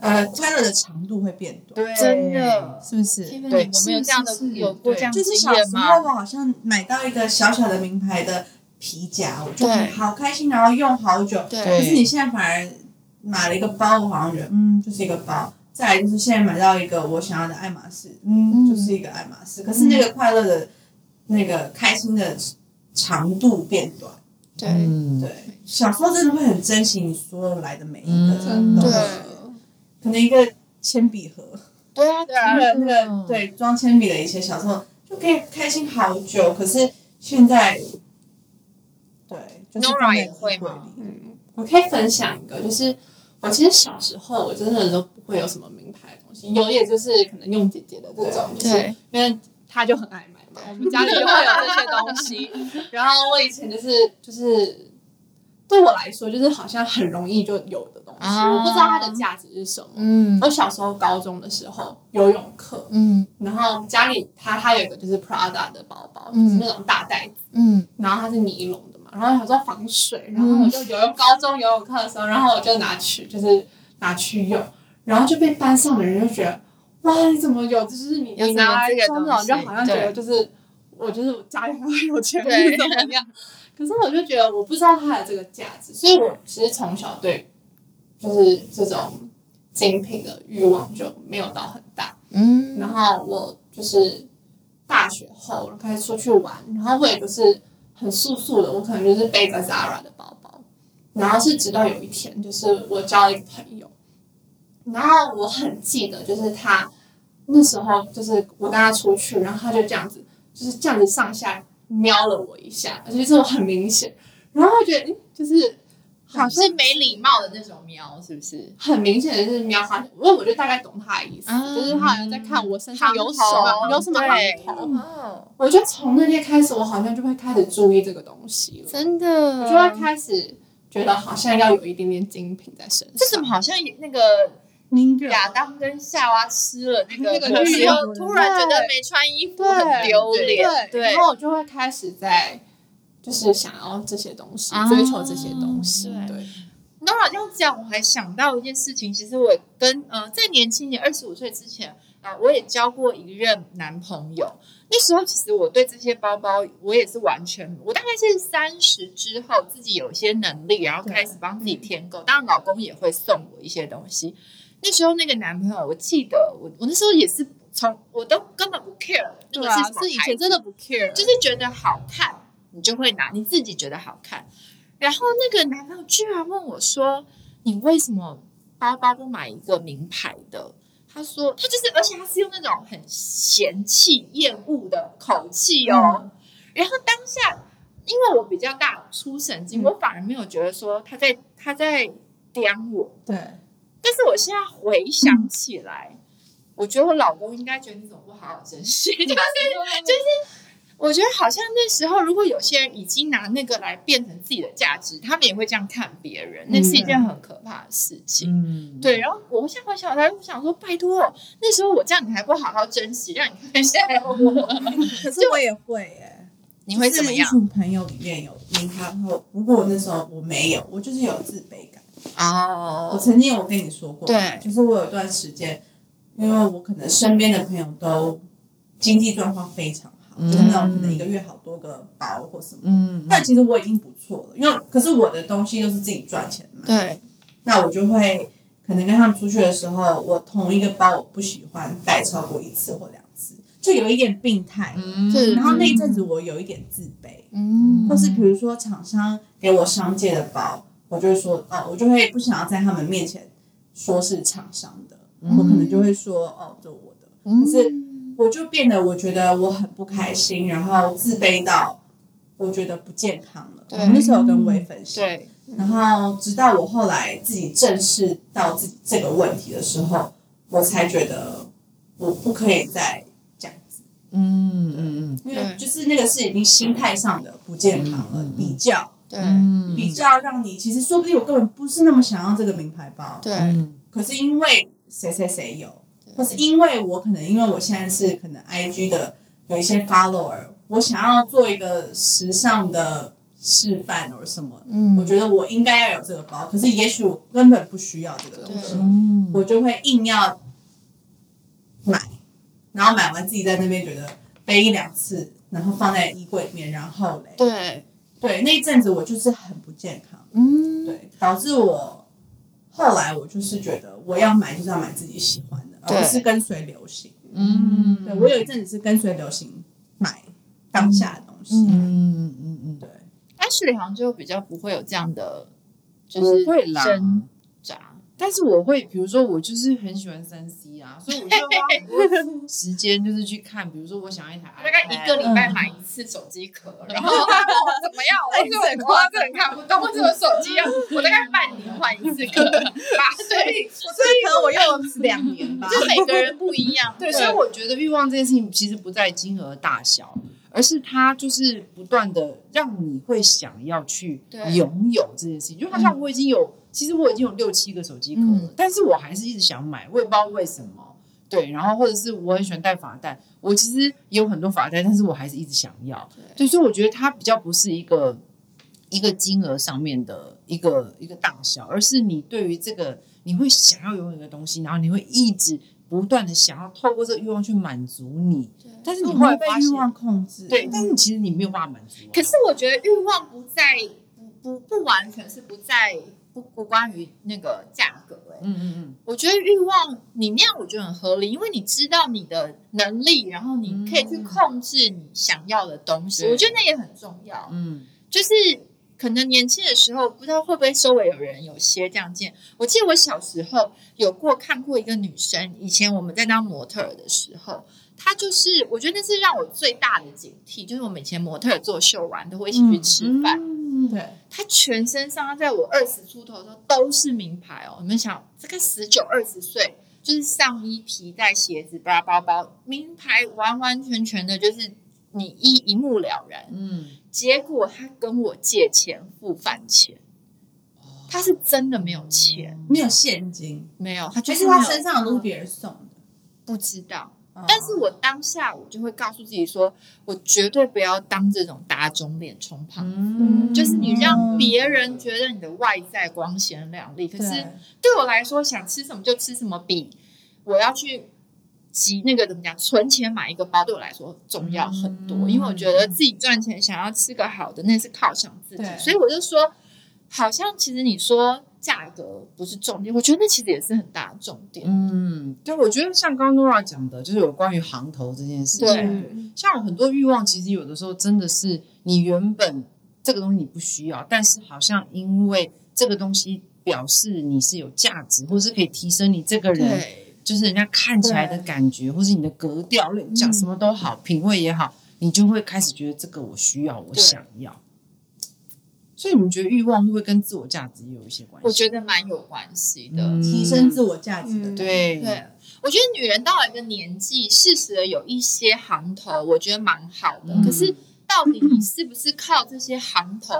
S3: 呃，快乐的长度会变短，
S1: 对
S2: 真的。
S3: 是不是？
S4: 天哪
S2: 对，
S4: 你
S2: 我们有这样的
S4: 是不是
S2: 有过
S4: 嗯
S2: 这样
S3: 就
S2: 的
S3: 是
S2: 经
S3: 小
S2: 验
S3: 时候
S2: 吗？
S3: 我好像买到一个小小的名牌的皮夹，我就
S4: 对
S3: 好开心，然后用好久。
S4: 对
S3: 可
S1: 对
S3: 是你现在反而买了一个包，我好像觉得嗯，就是一个包。再来就是现在买到一个我想要的爱马仕，嗯，
S4: 嗯
S3: 就是一个爱马仕。可是那个快乐的、那个开心的长度变短。
S4: 对
S1: 嗯，
S3: 对，小时候真的会很珍惜你所有来的每一个
S1: 嗯
S4: 真
S3: 东西，
S4: 的
S3: 可能一个铅笔盒，
S2: 对啊，对啊
S3: 那，个那
S1: 嗯
S3: 个对装铅笔的一些小时候就可以开心好久，可是现在，对，就是
S2: Nora
S3: 放在
S2: 也会吗
S3: 衣柜里
S4: 嗯，我可以分享一个，就是我其实小时候我真的都不会有什么名牌的东西，有也就是可能用姐姐的这种，就是
S2: 对，
S4: 因为她就很爱买嘛，我们家里就会有这些东西。然后我以前就是就是对我来说，就是好像很容易就有的东西，
S2: 啊
S4: 我不知道它的价值是什么。
S1: 嗯
S4: 我小时候高中的时候游泳课，
S1: 嗯
S4: 然后家里它它有一个就是 Prada 的包包，就
S1: 嗯
S4: 是那种大袋子。
S1: 嗯
S4: 然后它是尼龙的嘛，然后想说防水，然后我就游泳高中游泳课的时候，然后我就拿去就是拿去用，然后就被班上的人就觉得，哇，你怎么有？就是你
S2: 有
S4: 你
S2: 什么
S4: 拿来
S2: 这个
S4: 装
S2: 东
S4: 那
S2: 西
S4: 种，就好像觉得就是我就是家里很有钱或者
S2: 对
S4: 怎么样，可是我就觉得我不知道它的这个价值，所以我其实从小对就是这种精品的欲望就没有到很大。
S1: 嗯
S4: 然后我就是大学后开始出去玩，然后我也就是很素素的，我可能就是背着 Zara 的包包，然后是直到有一天，就是我交了一个朋友，然后我很记得，就是他那时候就是我跟他出去，然后他就这样子，就是这样子上下瞄了我一下，而且是我很明显，然后我觉得嗯，就是
S2: 好像没礼貌的那种喵，是不是？
S4: 很明显的就是瞄他，因为我就大概懂他的意思，
S2: 啊
S4: 就是他好像在看我身上有什
S2: 行
S4: 么
S2: 头
S4: 有什么
S2: 对
S4: 行头。
S2: 哦，
S4: 我觉得从那天开始，我好像就会开始注意这个东西了，
S2: 真的，
S4: 我
S2: 我
S4: 就会开始觉得好像要有一点点精品在身上。
S2: 这怎么好像那个
S3: ，Mean Girl
S2: 亚当跟夏娃吃了那个
S4: 那个
S2: 东西，
S4: 绿
S2: 又突然觉得没穿衣服
S4: 对
S2: 很丢脸，对
S4: 然，后我就会开始在就是想要这些东西，
S2: 啊
S4: 追求这些东西。
S2: 对
S4: 对，
S2: Nora 这样讲，我还想到一件事情，其实我跟呃在年轻一点，二十五岁之前啊、我也交过一任男朋友。那时候其实我对这些包包，我也是完全，我大概是三十之后自己有一些能力，然后开始帮自
S4: 嗯
S2: 己添购。当然，老公也会送我一些东西。那时候那个男朋友，我记得我我那时候也是从我都根本不 care
S4: 啊
S2: 那个是什么
S4: 是以
S2: 牌
S4: 前
S2: 子
S4: 真的不 care，
S2: 就是觉得好看，你就会拿，你自己觉得好看。然后那个男朋友居然问我说：“你为什么包包不买一个名牌的？”他说：“他就是，而且他是用那种很嫌弃、厌恶的口气哦。然后当下，因为我比较大出神经，
S3: 嗯
S2: 我反而没有觉得说他在他在刁我。
S3: 对，
S2: 但是我现在回想起来，我觉得我老公应该觉得你怎么不好好珍 惜，就是我觉得好像那时候，如果有些人已经拿那个来变成自己的价值，他们也会这样看别人，那是一件很可怕的事情。
S1: 嗯，
S2: 对，然后我现在回想起来，我想说，拜托，那时候我这样你还不好好珍惜，让你看现在我，
S3: 可是我也会耶。
S2: 你 会怎么样
S3: 就是一群朋友里面有名牌后，如果我那时候我没有，我就是有自卑感。我
S2: 哦，
S3: 曾经我跟你说过，
S2: 对
S3: 就是我有一段时间，因为我可能身边的朋友都经济状况非常好，
S1: 嗯
S3: 就是那种可能一个月好多个包或什么。
S1: 嗯
S3: 但其实我已经不错了，因为可是我的东西又是自己赚钱买，
S2: 对，
S3: 那我就会可能跟他们出去的时候，我同一个包我不喜欢带超过一次或两次，就有一点病态。
S1: 嗯
S2: 是
S3: 然后那一阵子我有一点自卑，
S2: 嗯
S3: 或是比如说厂商给我商界的包，我就会说哦，我就会不想要在他们面前说是厂商的，我可能
S2: 嗯
S3: 就会说哦，这我的。可是我就变得我觉得我很不开心，然后自卑到我觉得不健康了。
S2: 对
S3: 我那时候有跟薇分享，
S2: 对，
S3: 然后直到我后来自己正视到自己这个问题的时候，我才觉得我不可以再这样子，
S1: 嗯嗯
S3: 因
S2: 对
S3: 为就是那个是已经心态上的不健康了，
S1: 嗯
S3: 比较。
S2: 对，
S1: 嗯，
S3: 比较让你其实说不定我根本不是那么想要这个名牌包，
S2: 对
S1: 嗯
S3: 可是因为谁谁谁有，或是因为我可能因为我现在是可能 IG 的有一些 follower，我想要做一个时尚的示范或什么，
S4: 嗯
S3: 我觉得我应该要有这个包，可是也许我根本不需要这个东西，
S1: 嗯，
S3: 我就会硬要买，然后买完自己在那边觉得背一两次，然后放在衣柜里面，然后嘞，
S4: 对，
S3: 对，那一阵子我就是很不健康，
S4: 嗯，
S3: 对，导致我后来我就是觉得我要买就是要买自己喜欢的，而
S4: 对
S3: 不是跟随流行。
S1: 嗯
S3: 对我有一阵子是跟随流行买当下的东西，
S1: 嗯嗯嗯，
S3: 对，
S2: Ashley 好像就比较不会有这样的，就
S1: 我
S2: 是
S1: 会啦。
S2: 挣扎。
S1: 但是我会，比如说我就是很喜欢三 C 啊，所以我就花 很多时间就是去看，比如说我想要一台 iPad，
S2: 大概一个礼
S1: 嗯
S2: 拜买一次手机壳，然 后他问
S1: 哎
S2: 我怎么样，我说我我真的很看不懂，为什么手机要我大概半年换一次壳吧，所以
S3: 所以可能我用了两年吧
S2: 就每个人不一样，
S1: 对，所以我觉得欲望这件事情其实不在金额大小，而是它就是不断的让你会想要去
S2: 对
S1: 拥有这件事情。就好像我已经有，其实我已经有六七个手机壳了，
S2: 嗯
S1: 但是我还是一直想买，我也不知道为什么。对，然后或者是我很喜欢戴发带，我其实也有很多发带，但是我还是一直想要。对，所以我觉得它比较不是一个一个金额上面的一个一个大小，而是你对于这个你会想要拥有的东西，然后你会一直不断的想要透过这个欲望去满足你，但是你后来
S3: 被
S1: 发
S3: 欲
S1: 现，
S3: 望控制，
S1: 对，但是其实你没有办法满足啊、
S2: 可是我觉得欲望不在不不不完全是不在不不关于那个价格、欸，
S1: 嗯，嗯嗯
S2: 我觉得欲望你那样我觉得很合理，因为你知道你的能力，然后你可以去控制你想要的东西，
S1: 嗯对
S2: 我觉得那也很重要。
S1: 嗯
S2: 就是可能年轻的时候，不知道会不会周围有人有些这样见。我记得我小时候有过看过一个女生，以前我们在当模特儿的时候，她就是我觉得那是让我最大的警惕，就是我们以前模特儿做秀完都会一起去吃饭，
S1: 嗯，
S3: 对，
S2: 她全身上下在我二十出头的时候都是名牌哦。你们想，这个十九二十岁。就是上衣、皮带、鞋子、包包包，名牌完完全全的，就是你一一目了然。
S1: 嗯，
S2: 结果他跟我借钱付饭钱，他是真的没有钱，
S3: 没有现金，
S2: 没有，他就
S3: 其
S2: 是
S3: 实
S2: 没有
S3: 他身上的都是别人送的，
S2: 不知道。
S3: 嗯
S2: 但是我当下我就会告诉自己说，我绝对不要当这种打肿脸充胖子。
S1: 嗯
S2: 就是你让别人觉得你的外在光鲜亮丽，可
S3: 对
S2: 是对我来说，想吃什么就吃什么，比我要去集那个怎么讲，存钱买一个包，对我来说重要很多。
S1: 嗯
S2: 因为我觉得自己赚钱，想要吃个好的，那是犒赏自己。
S3: 对
S2: 所以我就说，好像其实你说价格不是重点，我觉得那其实也是很大的重点。
S1: 嗯，对，我觉得像刚刚 Nora 讲的，就是有关于行头这件事情，
S2: 对
S1: 像有很多欲望，其实有的时候真的是你原本这个东西你不需要，但是好像因为这个东西表示你是有价值，或是可以提升你这个人，
S2: 对嗯
S1: 就是人家看起来的感觉，或是你的格调，讲什么都好，品味也好，你就会开始觉得这个我需要，我
S2: 对
S1: 想要。所以你们觉得欲望会不会跟自我价值也有一些关系？
S2: 我觉得蛮有关系的。
S1: 嗯
S3: 提升自我价值的，
S4: 嗯
S1: 对
S2: 对，我觉得女人到了一个年纪，适时的有一些行头，我觉得蛮好的。
S1: 嗯
S2: 可是到底你是不是靠这些行头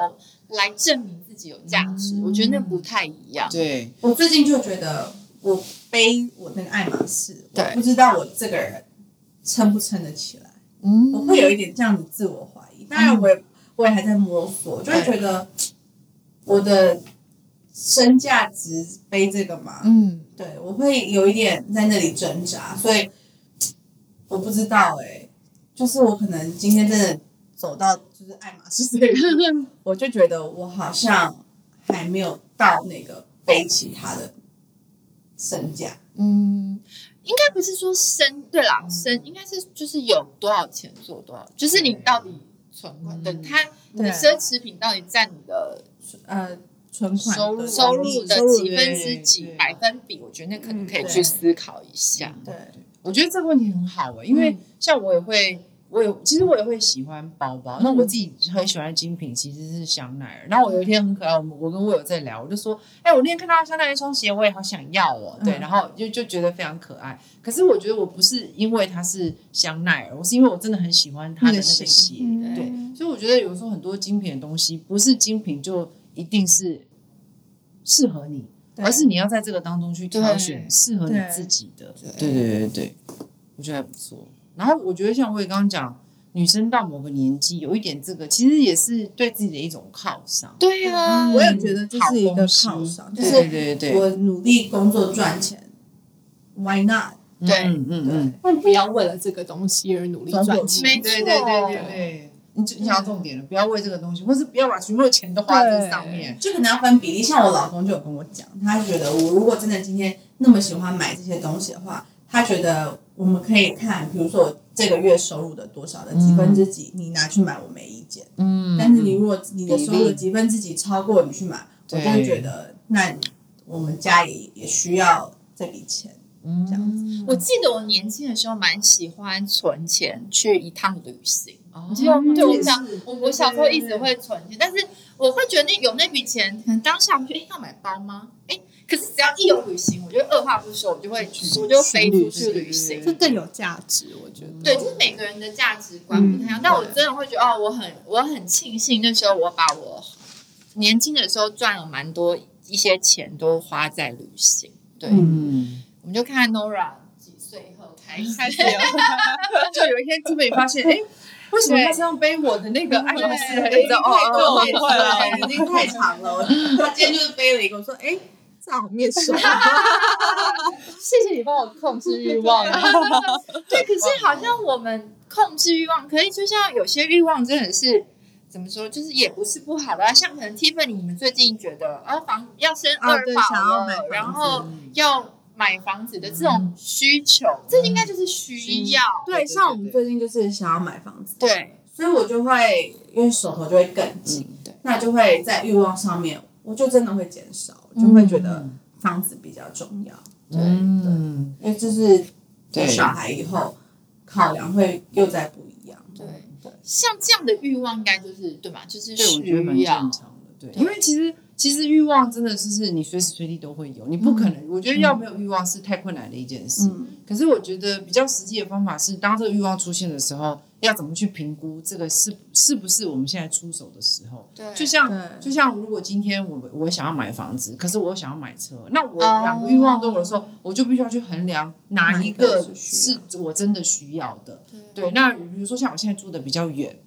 S2: 来证明自己有价值？
S1: 嗯
S2: 我觉得那不太一样。
S1: 对，
S3: 我最近就觉得我背我那个爱马仕，
S2: 对
S3: 我不知道我这个人撑不撑得起来，
S1: 嗯
S3: 我会有一点这样的自我怀疑。当然，我也我也还在摸索，就会觉得我的身价值背这个嘛，
S1: 嗯，
S3: 对我会有一点在那里挣扎，所以我不知道哎、就是我可能今天真的走到就是爱马仕这一步，我就觉得我好像还没有到那个背起他的身价。
S2: 嗯，应该不是说生对啦，生应该是就是有多少钱做多少，就是你到底存款，
S1: 嗯
S2: 等它你的
S3: 对
S2: 奢侈品到底占你的
S3: 呃存款
S1: 收入
S3: 的
S2: 收入的
S1: 收入
S2: 几分之
S1: 对
S2: 几
S1: 对嗯
S2: 百分比，我觉得那可能可以
S3: 嗯
S2: 去
S3: 对
S2: 思考一下。
S3: 对
S1: 我觉得这个问题很好欸诶、因为像我也会，我有其实我也会喜欢包包。那我自己很喜欢的精品其实是香奈儿。然后我有一天很可爱，我们我跟我有在聊，我就说，哎、我那天看到香奈儿一双鞋，我也好想要哦。对，
S3: 嗯
S1: 然后就就觉得非常可爱。可是我觉得我不是因为它是香奈儿，我是因为我真的很喜欢它的那个
S3: 那个
S1: 鞋。
S4: 嗯
S1: 对，所以我觉得有时候很多精品的东西，不是精品就一定是适合你，
S3: 对
S1: 而是你要在这个当中去挑选
S2: 对
S1: 适合你自己的。对对对对，我觉得还不错。然后我觉得像我也刚刚讲，女生到某个年纪有一点这个，其实也是对自己的一种犒赏。
S2: 对啊，
S3: 我也觉得这是一个
S1: 好
S3: 犒
S1: 东西
S3: 赏，就
S1: 对对
S3: 是
S1: 对嗯对对，
S3: 我努力工作赚钱，Why not？
S2: 对
S1: 嗯嗯嗯，
S4: 但不要为了这个东西而努力
S3: 反
S4: 赚
S3: 我
S4: 钱。
S2: 没
S1: 对对
S2: 错
S1: 对对对对，你就你讲到重点了，不要为这个东西，或是不要把全部的钱都花在这上面。
S3: 就可能要分比例。像我老公就有跟我讲，他觉得我如果真的今天那么喜欢买这些东西的话，他觉得我们可以看，比如说我这个月收入的多少的几分之几，你拿去买我没意见。
S1: 嗯
S3: 但是你如果你的
S1: 比例
S3: 收入的几分之几超过你去买，我
S1: 对
S3: 就会觉得那我们家也也需要这笔钱。
S1: 嗯
S3: 这样
S1: 子
S2: 我记得我年轻的时候蛮喜欢存钱去一趟旅行。
S1: 我
S2: 你记得吗嗯对我
S3: 是
S2: 小我我小时候一直会存钱，但是我会觉得那有那笔钱，可能当下我觉得哎要买包吗？哎，可是只要一有旅行，我就二话不说，我就会我就飞出去旅行。
S4: 这更有价值，我觉得。
S2: 对，
S1: 嗯
S2: 就是每个人的价值观不太一样，
S4: 嗯
S2: 但我
S4: 对
S2: 真的会觉得哦，我很我很庆幸那时候我把我年轻的时候赚了蛮多一些钱都花在旅行。对，
S1: 嗯，
S2: 我们就看 Nora 几岁后开始。
S4: 开始有
S1: 就有一天突然发现，哎，为什么他身上背我的那个爱马仕的那个？哦哦，
S3: 已经
S1: 哦哦
S3: 太已经太长了。我他今天就是背了一个，我说哎，这好面熟。
S4: 谢谢你帮我控制欲望。
S2: 对，可是好像我们控制欲望，可以就像有些欲望真的是怎么说，就是也不是不好的、啊。像可能 Tiffany，你们最近觉得啊房要生
S3: 啊
S2: 二
S3: 对
S2: 宝
S3: 想
S2: 了，
S3: 要买房子
S2: 然后
S1: 嗯
S2: 要买房子的这种需求，这应该就是需要。
S3: 对，像我们最近就是想要买房子，
S2: 对
S3: 所以我就会因为手头就会更紧，
S1: 嗯
S2: 对
S3: 那就会在欲望上面，我就真的会减少，就嗯会觉得房子比较重要，
S1: 嗯，
S3: 因为这是给
S1: 对
S3: 小孩以后考量会又在不一样。
S2: 对对，像这样的欲望，应该就是对吧？就是
S1: 对，我觉得蛮
S2: 需
S1: 正
S2: 要
S1: 常。的。对，因为其实其实欲望真的就是你随时随地都会有，你不可
S2: 嗯
S1: 能，我觉得要没有欲望是太困难的一件事。
S3: 嗯，
S1: 可是我觉得比较实际的方法是，当这个欲望出现的时候，要怎么去评估这个是是不是我们现在出手的时候？
S2: 对，
S1: 就像
S3: 对
S1: 就像如果今天我我想要买房子，可是我想要买车，那我
S2: 哦
S1: 两个欲望都有的时候，我就必须要去衡量哪一
S3: 哪一
S1: 个
S3: 个是
S1: 是我真的需要的。对，那比如说像我现在住的比较远，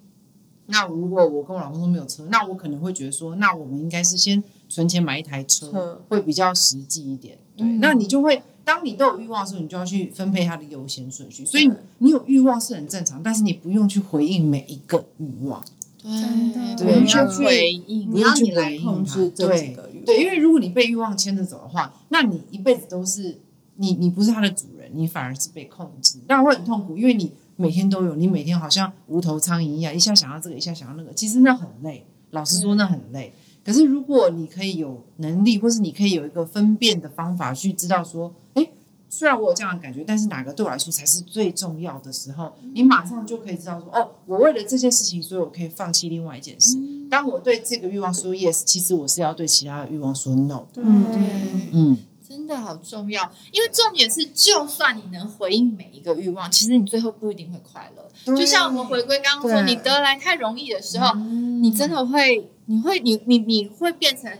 S1: 那如果我跟我老公都没有车，那我可能会觉得说，那我们应该是先存钱买一台车
S3: 车，嗯
S1: 会比较实际一点。对，那你就会。当你都有欲望的时候，你就要去分配它的优先顺序。所以你你有欲望是很正常，但是你不用去回应每一个欲望。
S2: 对
S3: 的
S2: 对，
S1: 你
S2: 去
S1: 要
S3: 去
S2: 回应
S3: 你要你来控制这
S1: 对
S3: 几个欲望
S1: 对，因为如果你被欲望牵着走的话，那你一辈子都是你，你不是他的主人，你反而是被控制，那会很痛苦，因为你每天都有，你每天好像无头苍蝇一样，一下想要这个，一下想要那个，其实那很累，老实说那很累。可是如果你可以有能力，或是你可以有一个分辨的方法去知道说，哎。虽然我有这样的感觉，但是哪个对我来说才是最重要的时候，你马上就可以知道说，哦，我为了这件事情，所以我可以放弃另外一件事。当我对这个欲望说 yes，其实我是要对其他的欲望说 no。
S2: 对
S3: 嗯，
S1: 嗯，
S2: 真的好重要，因为重点是，就算你能回应每一个欲望，其实你最后不一定会快乐。就像我们回归刚刚说，
S3: 对
S2: 你得来太容易的时候，你真的会，你会，你你你会变成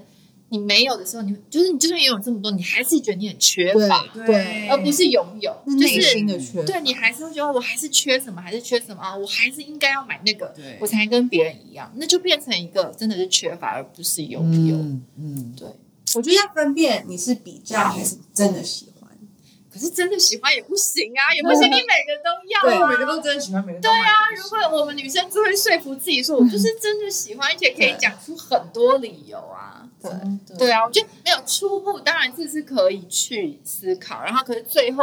S2: 你没有的时候，你就是你就算拥有这么多，你还是觉得你很缺乏，
S3: 对
S2: 而不是拥有，
S1: 嗯
S3: 那
S2: 就
S3: 内
S2: 是
S3: 心的缺，
S2: 对你还是会觉得我还是缺什么，还是缺什么啊，我还是应该要买那个，
S1: 对
S2: 我才跟别人一样，那就变成一个真的是缺乏，而不是拥有。
S1: 嗯嗯，
S2: 对，
S3: 我觉得要分辨你是比较还是真的喜欢。
S2: 可是真的喜欢也不行啊，也不行，你每个都要啊。
S1: 对，每个都真的喜欢，每个都对啊，
S2: 如果我们女生就会说服自己说，我就是真的喜欢，而且可以讲出很多理由啊。
S3: 对
S2: 对啊，我觉得没有初步，当然这是可以去思考，然后可是最后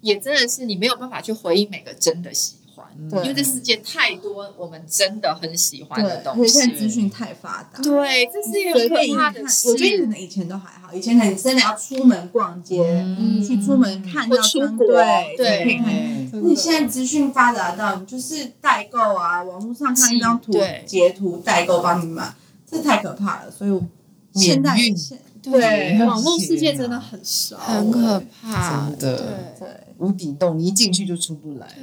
S2: 也真的是你没有办法去回应每个真的喜欢，
S1: 嗯
S3: 对
S2: 因为这世界太多我们真的很喜欢
S3: 对
S2: 的，
S3: 而且
S2: 东西。
S3: 现在资讯太发达，
S2: 对，这是一
S3: 随
S2: 个
S3: 便
S2: 很
S3: 一
S2: 可怕
S3: 看
S2: 的，
S3: 我觉得可
S2: 事。
S3: 能以前都还好，以前可能真的要出门逛街，
S1: 嗯
S3: 去出门看
S2: 或
S3: 到
S2: 出
S3: 商
S2: 国
S3: 对
S2: 对
S3: 才可以看。那你现在资讯发达到，你就是代购啊，网络上看一张图
S2: 对
S3: 截图，代购帮你买，这太可怕了。所以我
S1: 免
S3: 现在
S1: 运
S3: 现
S2: 哎
S1: 对
S4: 网络世界真的很少，
S2: 啊
S4: 欸
S2: 很可怕，
S1: 真的
S2: 对
S3: 对
S1: 无底洞，你一进去就出不来。
S2: 对，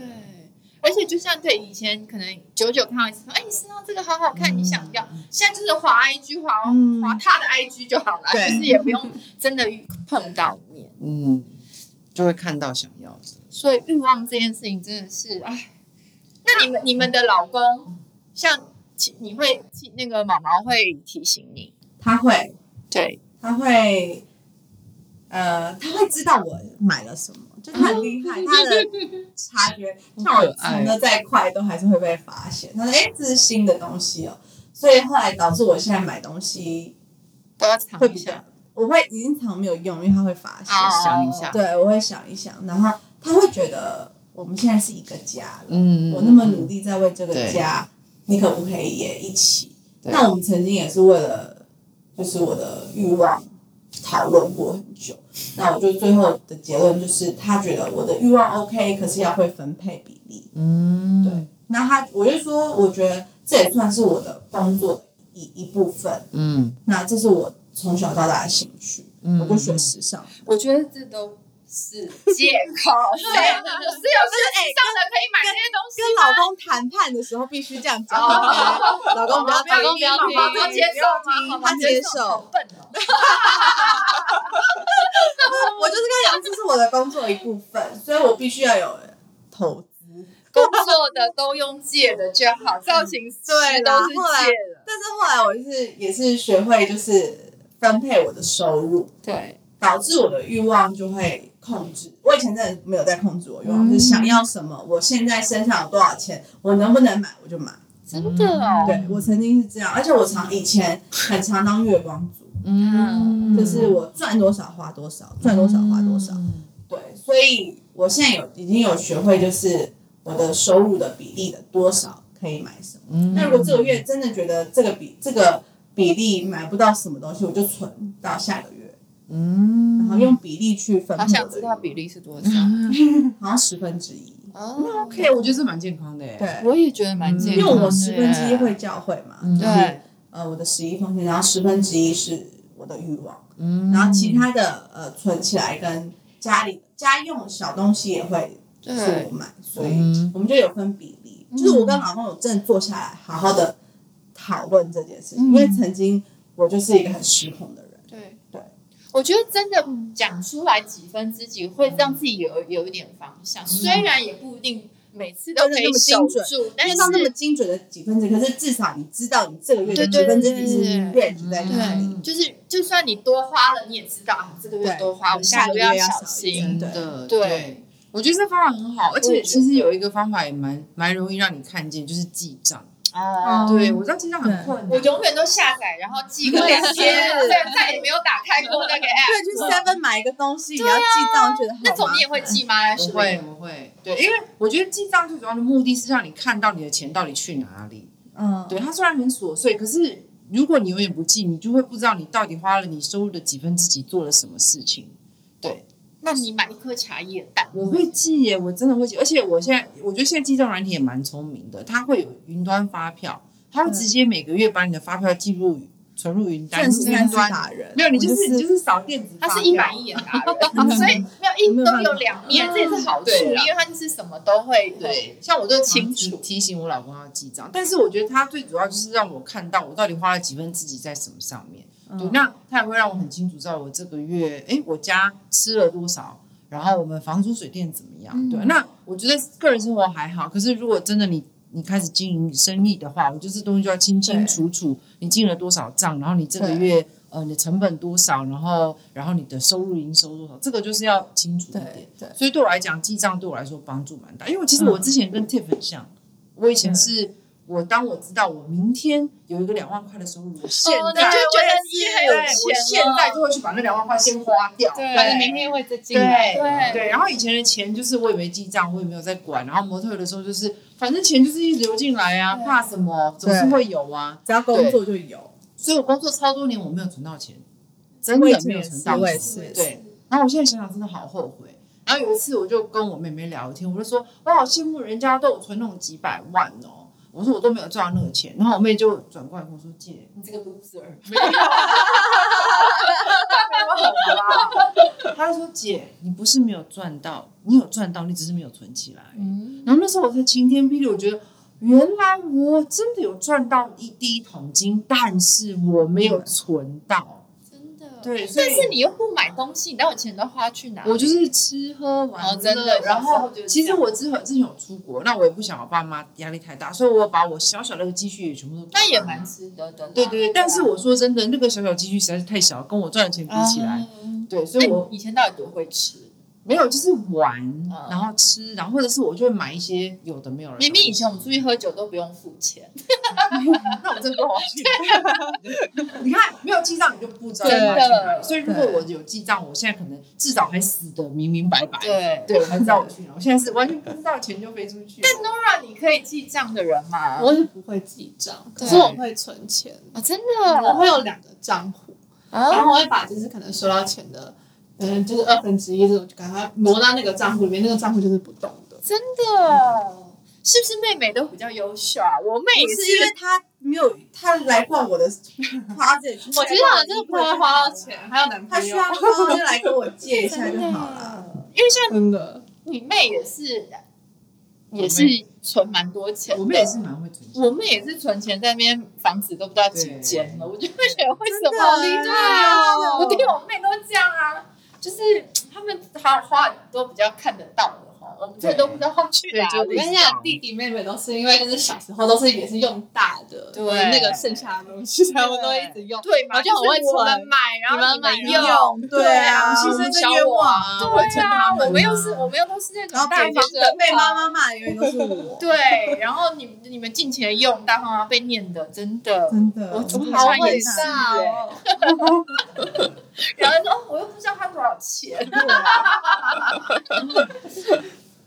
S2: 而且就像对以前可能久久看到一次，哎，你身上这个好好看，你想要。现在就是滑 IG 滑
S3: 嗯
S2: 滑他的 IG 就好了，
S3: 对
S2: 就是也不用真的碰到面。
S1: 嗯，就会看到想要的。
S2: 所以欲望这件事情真的是，哎，那你们你们的老公，像你会那个毛毛会提醒你，
S3: 他会，
S2: 对，
S3: 他会，呃，他会知道我买了什么，就他很厉害，他的察觉，
S2: 哦
S3: 像我藏的再快，都还是会被发现。他说：“哎、这是新的东西哦。”所以后来导致我现在买东西
S2: 都要藏
S3: 会
S2: 一
S3: 比
S2: 下
S3: 较，，我会已经藏没有用，因为他会发现。
S2: 哦
S1: 想一下，
S3: 对，我会想一想，然后他会觉得我们现在是一个家了，
S1: 嗯，
S3: 我那么努力在为这个
S1: 对
S3: 家，你可不可以也一起？
S1: 对
S3: 那我们曾经也是为了，就是我的欲望讨论过很久。那我就最后的结论就是，他觉得我的欲望 OK，可是要会分配比例。
S1: 嗯，
S3: 对，那他我就说，我觉得这也算是我的工作的一一部分。
S1: 嗯
S3: 那这是我从小到大的兴趣，
S1: 嗯，
S3: 我就学时尚。
S2: 我觉得这都是哦借口，对， 是啊有事情上的可以买这些东西
S3: 跟老公谈判的时候必须这样讲，哦老公不要
S2: 老公不要
S3: 听
S2: 听，老公接受吗？
S3: 他接受
S2: 好笨哦，
S3: 我就是跟他讲，这是我的工作一部分，所以我必须要有投资。
S2: 工作的都用借的就好，造型师
S3: 对啦
S2: 都是
S3: 后来
S2: 借的，
S3: 但是后来我就是也是学会就是分配我的收入，
S2: 对，
S3: 导致我的欲望就会控制。我以前真的没有在控制我欲望，就是想要什么，我现在身上有多少钱，我能不能买我就买。
S2: 真的
S1: 嗯
S2: 哦，
S3: 对我曾经是这样，而且我常以前很常当月光族，
S1: 嗯，
S3: 就是我赚多少花多少，赚多少花多少。对，所以我现在有已经有学会，就是我的收入的比例的多少可以买什么。
S1: 嗯，
S3: 那如果这个月真的觉得这个比这个比例买不到什么东西，我就存到下个月，
S1: 嗯，
S3: 然后用比例去分
S2: 好
S3: 配我的欲
S2: 想
S3: 望。
S2: 知道比例是多少。
S3: 好像十分之一。
S2: 哦
S1: OK，我觉得这蛮健康的耶，
S3: 对，
S2: 我也觉得蛮健
S3: 因为
S2: 康的耶，
S3: 嗯我十分之一会教会嘛，
S1: 嗯
S2: 对，
S3: 呃，我的十一奉献，然后十分之一是我的欲望，
S1: 嗯，
S3: 然后其他的呃存起来跟家里家用小东西也会是
S2: 对
S3: 我买，所以
S1: 嗯
S3: 我们就有分比例。就是我跟老公有真的坐下来好好的讨论这件事情，因为曾经我就是一个很失控的人。
S2: 对
S3: 对。
S2: 我觉得真的讲出来几分之几，会让自己有有一点方向，虽然也不一定每次都可以守住，但
S3: 但
S2: 是
S3: 是到那么精准的几分之一，可是至少你知道你这个月
S2: 对
S3: 的
S2: 对
S3: 几分之
S2: 对
S3: 一是
S2: 对
S3: range 在哪里。
S2: 对，就是就算你多花了，你也知道啊，这个月
S3: 对
S2: 多花，我
S3: 下
S2: 个
S3: 个
S2: 月
S3: 月要
S2: 小
S3: 小心
S1: 真
S2: 心。
S1: 的
S2: 对
S1: 对。我觉得这方法很好，而
S2: 我
S1: 且
S2: 也觉得
S1: 其实有一个方法也蛮蛮容易让你看见，就是记账。
S2: 啊，
S1: 对，我知道记账很
S3: 对
S1: 困难，
S2: 我永远都下载，然后记个两天，再再也没有打开过 那个 app。
S3: 对，去 Seven 买一个东西，你要记账，觉得好
S2: 那种
S3: 麻
S2: 你也会
S3: 烦
S2: 记吗？
S1: 我
S2: 是
S1: 会，我会，对，因为我觉得记账最主要的目的是让你看到你的钱到底去哪里。
S3: 嗯，
S1: 对，它虽然很琐碎，可是如果你永远不记，你就会不知道你到底花了你收入的几分之几做了什么事情。
S2: 那你买一颗茶叶蛋，
S1: 我会记耶，我真的会记，而且我现在我觉得现在记账软体也蛮聪明的，它会有云端发票，它会直接每个月把你的发票记录存入云
S3: 正
S1: 端，
S3: 是
S1: 是
S3: 三
S1: 云
S3: 是
S1: 端。
S3: 达人，
S1: 没有，你就是你
S3: 我
S1: 就是扫电子发
S2: 它
S1: 票，
S2: 是一板一眼达 人，所以没有一都有两面，这也是好处，
S1: 对
S2: 因
S1: 啦
S2: 为它就是什么都会
S1: 对，像我就
S2: 清
S1: 常
S2: 楚
S1: 提提醒我老公要记账，但是我觉得他最主要就是让我看到我到底花了几分之几在什么上面。对，那他也会让我很清楚知道我这个月，哎，我家吃了多少，然后我们房租水电怎么样。对，那我觉得个人生活还好，可是如果真的你你开始经营生意的话，我觉得这东西就要清清楚楚，你进了多少账，然后你这个
S3: 对
S1: 月呃你的成本多少，然后然后你的收入营收多少，这个就是要清楚一点。
S3: 对对，
S1: 所以对我来讲，记账对我来说帮助蛮大。因为我其实
S2: 嗯
S1: 我之前跟 Tiff 很像，我以前是我当我知道我明天有一个两万块的收入，我现
S2: 哦你
S1: 在
S2: 就觉得
S1: 我
S2: 你很有
S1: 对我
S2: 钱
S1: 现
S2: 了
S1: 在就会去把那两万块先花掉。
S2: 对
S5: 反正明天会再进来。
S2: 对
S1: 对，然后以前的钱就是我也没记账，我也没有在管。然后模特的时候就是，反正钱就是一直流进来啊，怕什么总是会有啊。
S3: 只要工作就有，
S1: 所以我工作超多年，我没有存到钱，真
S3: 我
S1: 的
S3: 也是
S1: 没有存到
S3: 我
S1: 钱
S3: 也。是，
S1: 对，然后我现在想想真的好后悔。然后有一次我就跟我妹妹聊天，我就说我好羡慕人家都有存那种几百万哦，我说我都没有赚到那个钱。然后我妹就转过来跟我说：“姐，你这个 loser。”没有，好啦她就说：“姐，你不是没有赚到，你有赚到，你只是没有存起来。”
S2: 嗯
S4: 嗯
S1: 然后那时候我才晴天霹雳，我觉得。原来我真的有赚到一第一桶金，但是我没有存到。
S2: 真的
S1: 对，所以
S2: 但是你又不买东西，你那我钱都花去哪？
S1: 我就是吃喝玩乐，
S2: 哦真的
S1: 然后
S2: 小时候就是这样
S1: 其实我之后之前有出国，那我也不想我爸妈压力太大，所以我把我小小的积蓄也全部都
S2: 那也蛮值得的啦。
S1: 对对对。但是我说真的，那个小小积蓄实在是太小，跟我赚的钱比起来，
S2: 啊
S1: 对，所
S2: 那
S1: 以
S2: 我
S1: 我
S2: 以前到底多会吃？
S1: 没有就是玩
S2: 嗯，
S1: 然后吃，然后或者是我就会买一些有的没有的东西。
S2: 明明以前我们出去喝酒都不用付钱，
S1: 那我真的不好去。 你看，没有记账你就不知道
S2: 真的
S1: 要去哪里。所以如果我有记账，我现在可能至少还死的明明白白。
S2: 对
S1: 对，我还知道我去哪。我现在是完全不知道钱就飞出去。但
S2: 不然你可以记账的人嘛。
S4: 我是不会记账，可
S2: 啊对
S4: 是我会存钱，
S2: 啊，真
S4: 我
S2: 的
S4: 会有两个账户，然
S2: 啊，
S4: 后我会把就是可能收到钱的，嗯，就是二分之一这种，就赶快挪到那个账户里面，那个账户就是不动的。
S2: 真的。是不是妹妹都比较优秀啊？我妹也
S3: 不是因为他没有他来逛我的 project，
S4: 我觉得我真的不会花到钱，还有男
S3: 他
S4: 朋
S3: 需
S4: 友，
S3: 要的话就来跟我借一下就好了。
S2: 因为像
S4: 真的，
S2: 你妹也是，
S1: 妹
S2: 也是存蛮多钱的。
S1: 我们也是蛮会存钱。
S2: 我们也是存钱在那边，房子都不知道几间了，我就会觉得为什
S3: 真的
S2: 么？
S3: 啊
S2: 对啊，我
S3: 真
S2: 弟
S3: 的
S2: 我妹都这样啊，就是他们花花都比较看得到的哈，我们这都不知道去哪
S1: 对就
S4: 我跟
S2: 里。
S4: 你讲，弟弟妹妹都是因为就是小时候都是也是用大的，
S2: 对
S4: 那个剩下的东西，他们都一直用。
S2: 对嘛？
S4: 我觉得我会
S2: 就是我们
S4: 存
S2: 买，然后
S4: 你们买
S2: 们
S4: 然
S2: 用。
S3: 用对啊，
S1: 牺
S3: 牺
S1: 牲
S3: 牲
S1: 这
S3: 这愿
S1: 愿望
S3: 望，
S1: 啊，
S2: 对啊，我们
S3: 们啊
S2: 又是我们又都是那
S3: 然后
S2: 种大
S3: 被
S2: 方的
S3: 被妈。妈骂的永远都是我，
S2: 对，然后你你们尽情的用，大方啊，被念的，真的。
S3: 真的，
S2: 我
S3: 真的
S2: 好
S3: 超
S2: 伟
S3: 伟大
S2: 大哦！然后说，哦我又不知道他多少钱。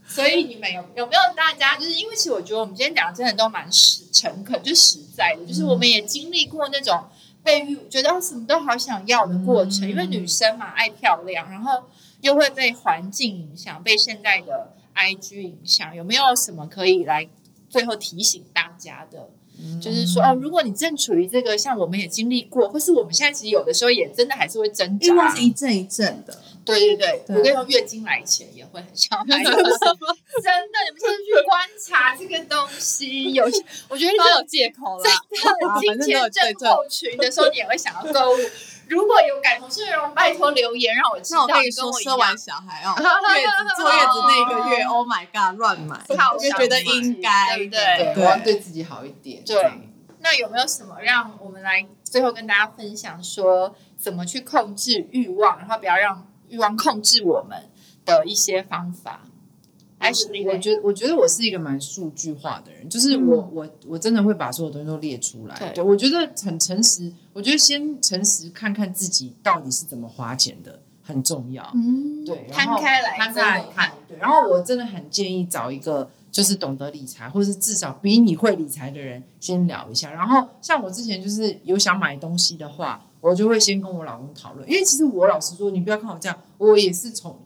S2: 所以你们有有没有大家就是因为其实我觉得我们今天讲的真的都蛮实诚恳，就实在的，就是我们也经历过那种被欲觉得哦什么都好想要的过程，
S1: 嗯
S2: 因为女生嘛爱漂亮，然后又会被环境影响，被现在的 IG 影响，有没有什么可以来最后提醒大家的？
S1: 嗯
S2: 就是说
S3: 嗯
S2: 哦，如果你正处于这个，像我们也经历过，或是我们现在其实有的时候也真的还是会挣扎，
S3: 欲望是一阵一阵的，
S2: 对对对，
S3: 对
S2: 我跟你说，月经来前也会很想买东西，真的，你们先去观察这个东西。有些我觉得
S4: 都有
S2: 这
S4: 借 口啦
S2: 在。在金钱症候群的时候，你也会想要购物。如果有感同身受的人，拜托留言让我知
S3: 那
S2: 道
S3: 我跟你
S2: 跟
S3: 说，
S2: 我一
S3: 生
S2: 样
S3: 完。小孩哦，月子坐月子那个 月，Oh my god，乱买，
S2: 好
S3: 就觉得应该，
S2: 对不对
S1: 我要对自己好一点。
S2: 对那有没有什么让我们来最后跟大家分享说怎么去控制欲望，然后不要让欲望控制我们的一些方法？
S1: 我
S2: Ashley，
S1: 我
S2: 嘞
S1: 觉得我觉得我是一个蛮数据化的人，就是我、我我真的会把所有东西都列出来。
S2: 嗯对
S1: 我觉得很诚实，我觉得先诚实看看自己到底是怎么花钱的，很重要。
S2: 嗯，
S1: 对，然后
S2: 摊开来，
S1: 摊开来看。对，然后我真的很建议找一个就是懂得理财，或是至少比你会理财的人先聊一下。然后像我之前就是有想买东西的话，我就会先跟我老公讨论，因为其实我老实说，你不要看我这样，我也是从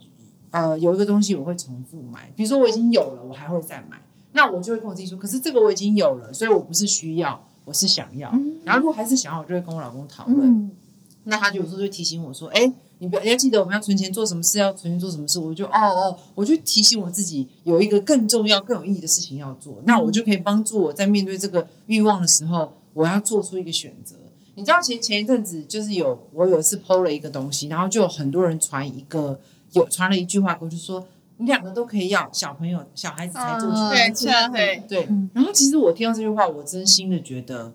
S1: 呃有一个东西我会重复买，比如说我已经有了，我还会再买，那我就会跟我自己说，可是这个我已经有了，所以我不是需要，我是想要。然后如果还是想要，我就会跟我老公讨论。
S2: 嗯，
S1: 那他就有时候就提醒我说：“哎、你不要你要记得我们要存钱做什么事，要存钱做什么事。”我就哦哦，我就提醒我自己有一个更重要、更有意义的事情要做，那我就可以帮助我在面对这个欲望的时候，我要做出一个选择。你知道前前一阵子就是有我有一次 PO 了一个东西，然后就有很多人传一个有传了一句话给我，就说你两个都可以要，小朋友小孩子才做选择。
S2: 对，
S4: 嗯
S2: 这样对。
S1: 对
S3: 嗯，
S1: 然后其实我听到这句话，我真心的觉得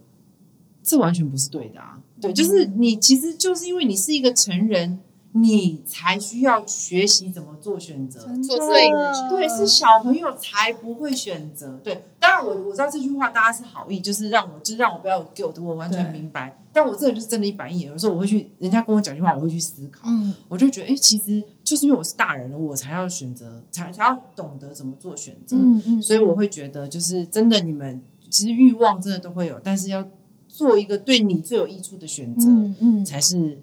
S1: 这完全不是对的啊。对，就是你其实就是因为你是一个成人，你才需要学习怎么做选择。
S2: 做对的
S4: 真
S1: 对，是小朋友才不会选择。对，当然我我知道这句话大家是好意，就是让我，就是让我不要有 guilt，我完全
S3: 对
S1: 明白。但我这个人就是真的一板一眼，有时候我会去，人家跟我讲一句话，我会去思考。
S2: 嗯，
S1: 我就觉得，哎、其实就是因为我是大人了，我才要选择，才才要懂得怎么做选择。
S2: 嗯嗯，
S1: 所以我会觉得，就是真的，你们其实欲望真的都会有，但是要做一个对你最有益处的选择，
S2: 嗯，
S1: 才是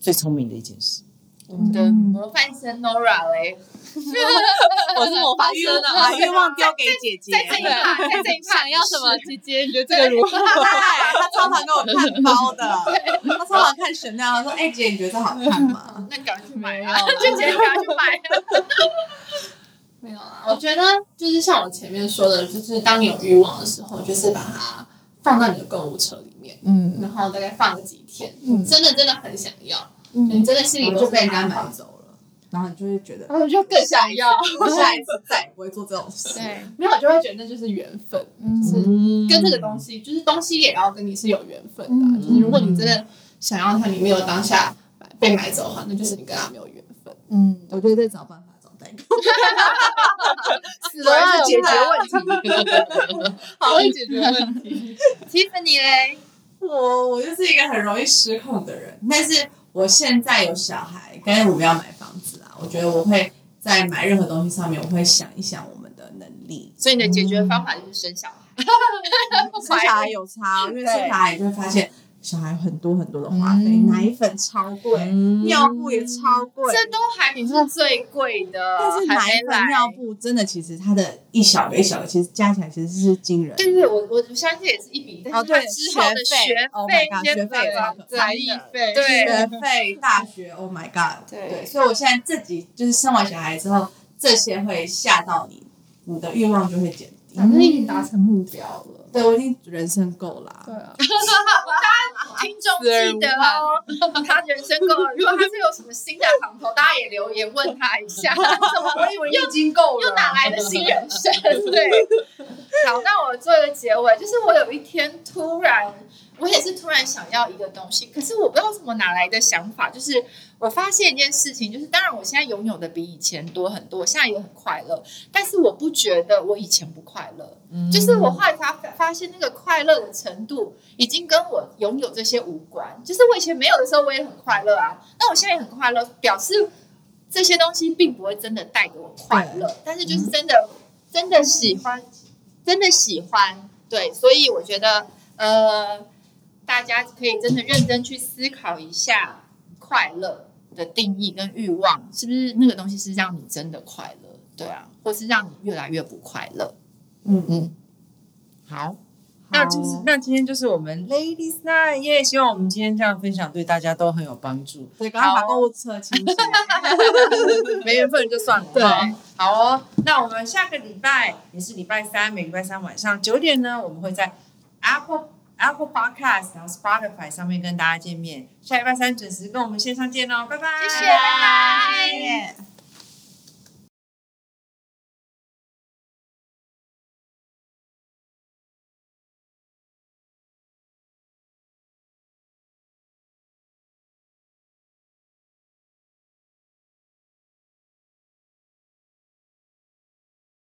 S1: 最聪明的一件事。
S2: 我
S4: 嗯
S2: 们的模范生 Nora 嘞，
S4: 我是魔法
S3: 把欲
S4: 生
S3: 把
S4: 啊，
S3: 欲望丢给姐姐，
S2: 在这一
S3: 对，
S2: 趴，在这一趴，
S4: 想要什么？姐姐，你觉得这
S2: 个
S4: 个
S2: 如
S4: 如
S2: 何
S4: 何？
S3: 他超常给我看包的，他超常看选那，他说：“哎姐，你觉得这好看吗
S2: 那你赶快去买啊！
S4: 没有啦
S2: 就直接赶快去买啊。
S4: 没有啊，我觉得就是像我前面说的，就是当你有欲望的时候，就是把它放到你的购物车里面，？”
S3: 嗯，
S4: 然后大概放个几天，
S3: 嗯
S4: 你真的真的很想要，你真的心
S3: 然
S4: 里
S3: 后就
S4: 就
S3: 被人
S4: 被人
S3: 家
S4: 家
S3: 买
S4: 买，
S3: 走了，然后你就会觉得
S4: 然后我就更想要。
S3: 我下一次再也不会做这种事。
S2: 对，
S4: 没有，我就会觉得那就是缘分，就是
S1: 嗯
S4: 跟这个东西，就是东西也要跟你是有缘分的啊、
S2: 嗯
S4: 就是如果你真的想要它，你没有当下买被买走的话，那就是你跟他没有缘分。
S2: 嗯，
S3: 我就再找办法找代购。
S2: 死了啊
S1: 还
S2: 是
S1: 是解
S2: 解决问
S1: 决问题。
S4: 好，会解决问题。
S2: 题。Tiffany 嘞，
S3: 我我就是一个很容易失控的人，但是我现在有小孩，跟我们要买房子啊，我觉得我会在买任何东西上面，我会想一想我们的能力。
S2: 所以你的解决方法就是生小孩。
S3: 生小孩有差哦，因为生小孩你就会发现小孩很多很多的花费，
S1: 嗯
S3: 奶粉超贵，尿布也超 贵。
S2: 这都还不是最贵的，
S3: 但是奶
S2: 还没
S3: 粉、
S2: 来。
S3: 尿布真的，其实它的一小个一小个，其实加起来其实是惊人。
S2: 但是我我相信也是一笔，但
S3: 哦，
S2: 是它
S3: 对，
S2: 之后的
S3: 学
S2: 学
S3: ，Oh
S2: 费
S3: my、god，
S2: 一
S3: 学
S2: 些
S3: 费也超可怕
S4: 才艺费
S2: 对
S3: 学费、大学，Oh my god！
S4: 对
S3: 所以我现在自己就是生完小孩之后，这些会吓到你，你的欲望就会减低。
S4: 反正已经达成目标了。
S3: 对我已经人生够了啊、
S4: 对啊，
S2: 听众记得哦，他人生够了。如果他是有什么新的行头，大家也留言问他一 下，怎么
S1: 我以为已经够了，啊
S2: 又哪来的新人生？对，好，那我做一个结尾，就是我有一天突然，我也是突然想要一个东西，可是我不知道怎么哪来的想法，就是我发现一件事情，就是当然我现在拥有的比以前多很多，我现在也很快乐，但是我不觉得我以前不快乐，
S1: 嗯
S2: 就是我后来发发现那个快乐的程度已经跟我拥有这些无关，就是我以前没有的时候我也很快乐啊，那我现在也很快乐，表示。这些东西并不会真的带给我快乐，但是就是真的、真的喜欢，真的喜欢，对，所以我觉得呃，大家可以真的认真去思考一下快乐的定义跟欲望，是不是那个东西是让你真的快乐，对啊，或是让你越来越不快乐。
S3: 嗯
S2: 嗯，
S1: 好。那就是
S3: 好
S1: 那今天就是我们 Ladies Night 耶希望我们今天这样分享对大家都很有帮助。
S3: 对，赶快把
S1: 好
S3: 购物车清洗。
S1: 没缘分就算了。
S4: 对
S1: 好，好哦。那我们下个礼拜也是礼拜三，每礼拜三晚上九点呢，我们会在 Apple Apple Podcast 然后 Spotify 上面跟大家见面。下礼拜三准时跟我们线上见哦，拜拜，
S2: 谢谢，拜拜。
S3: 耶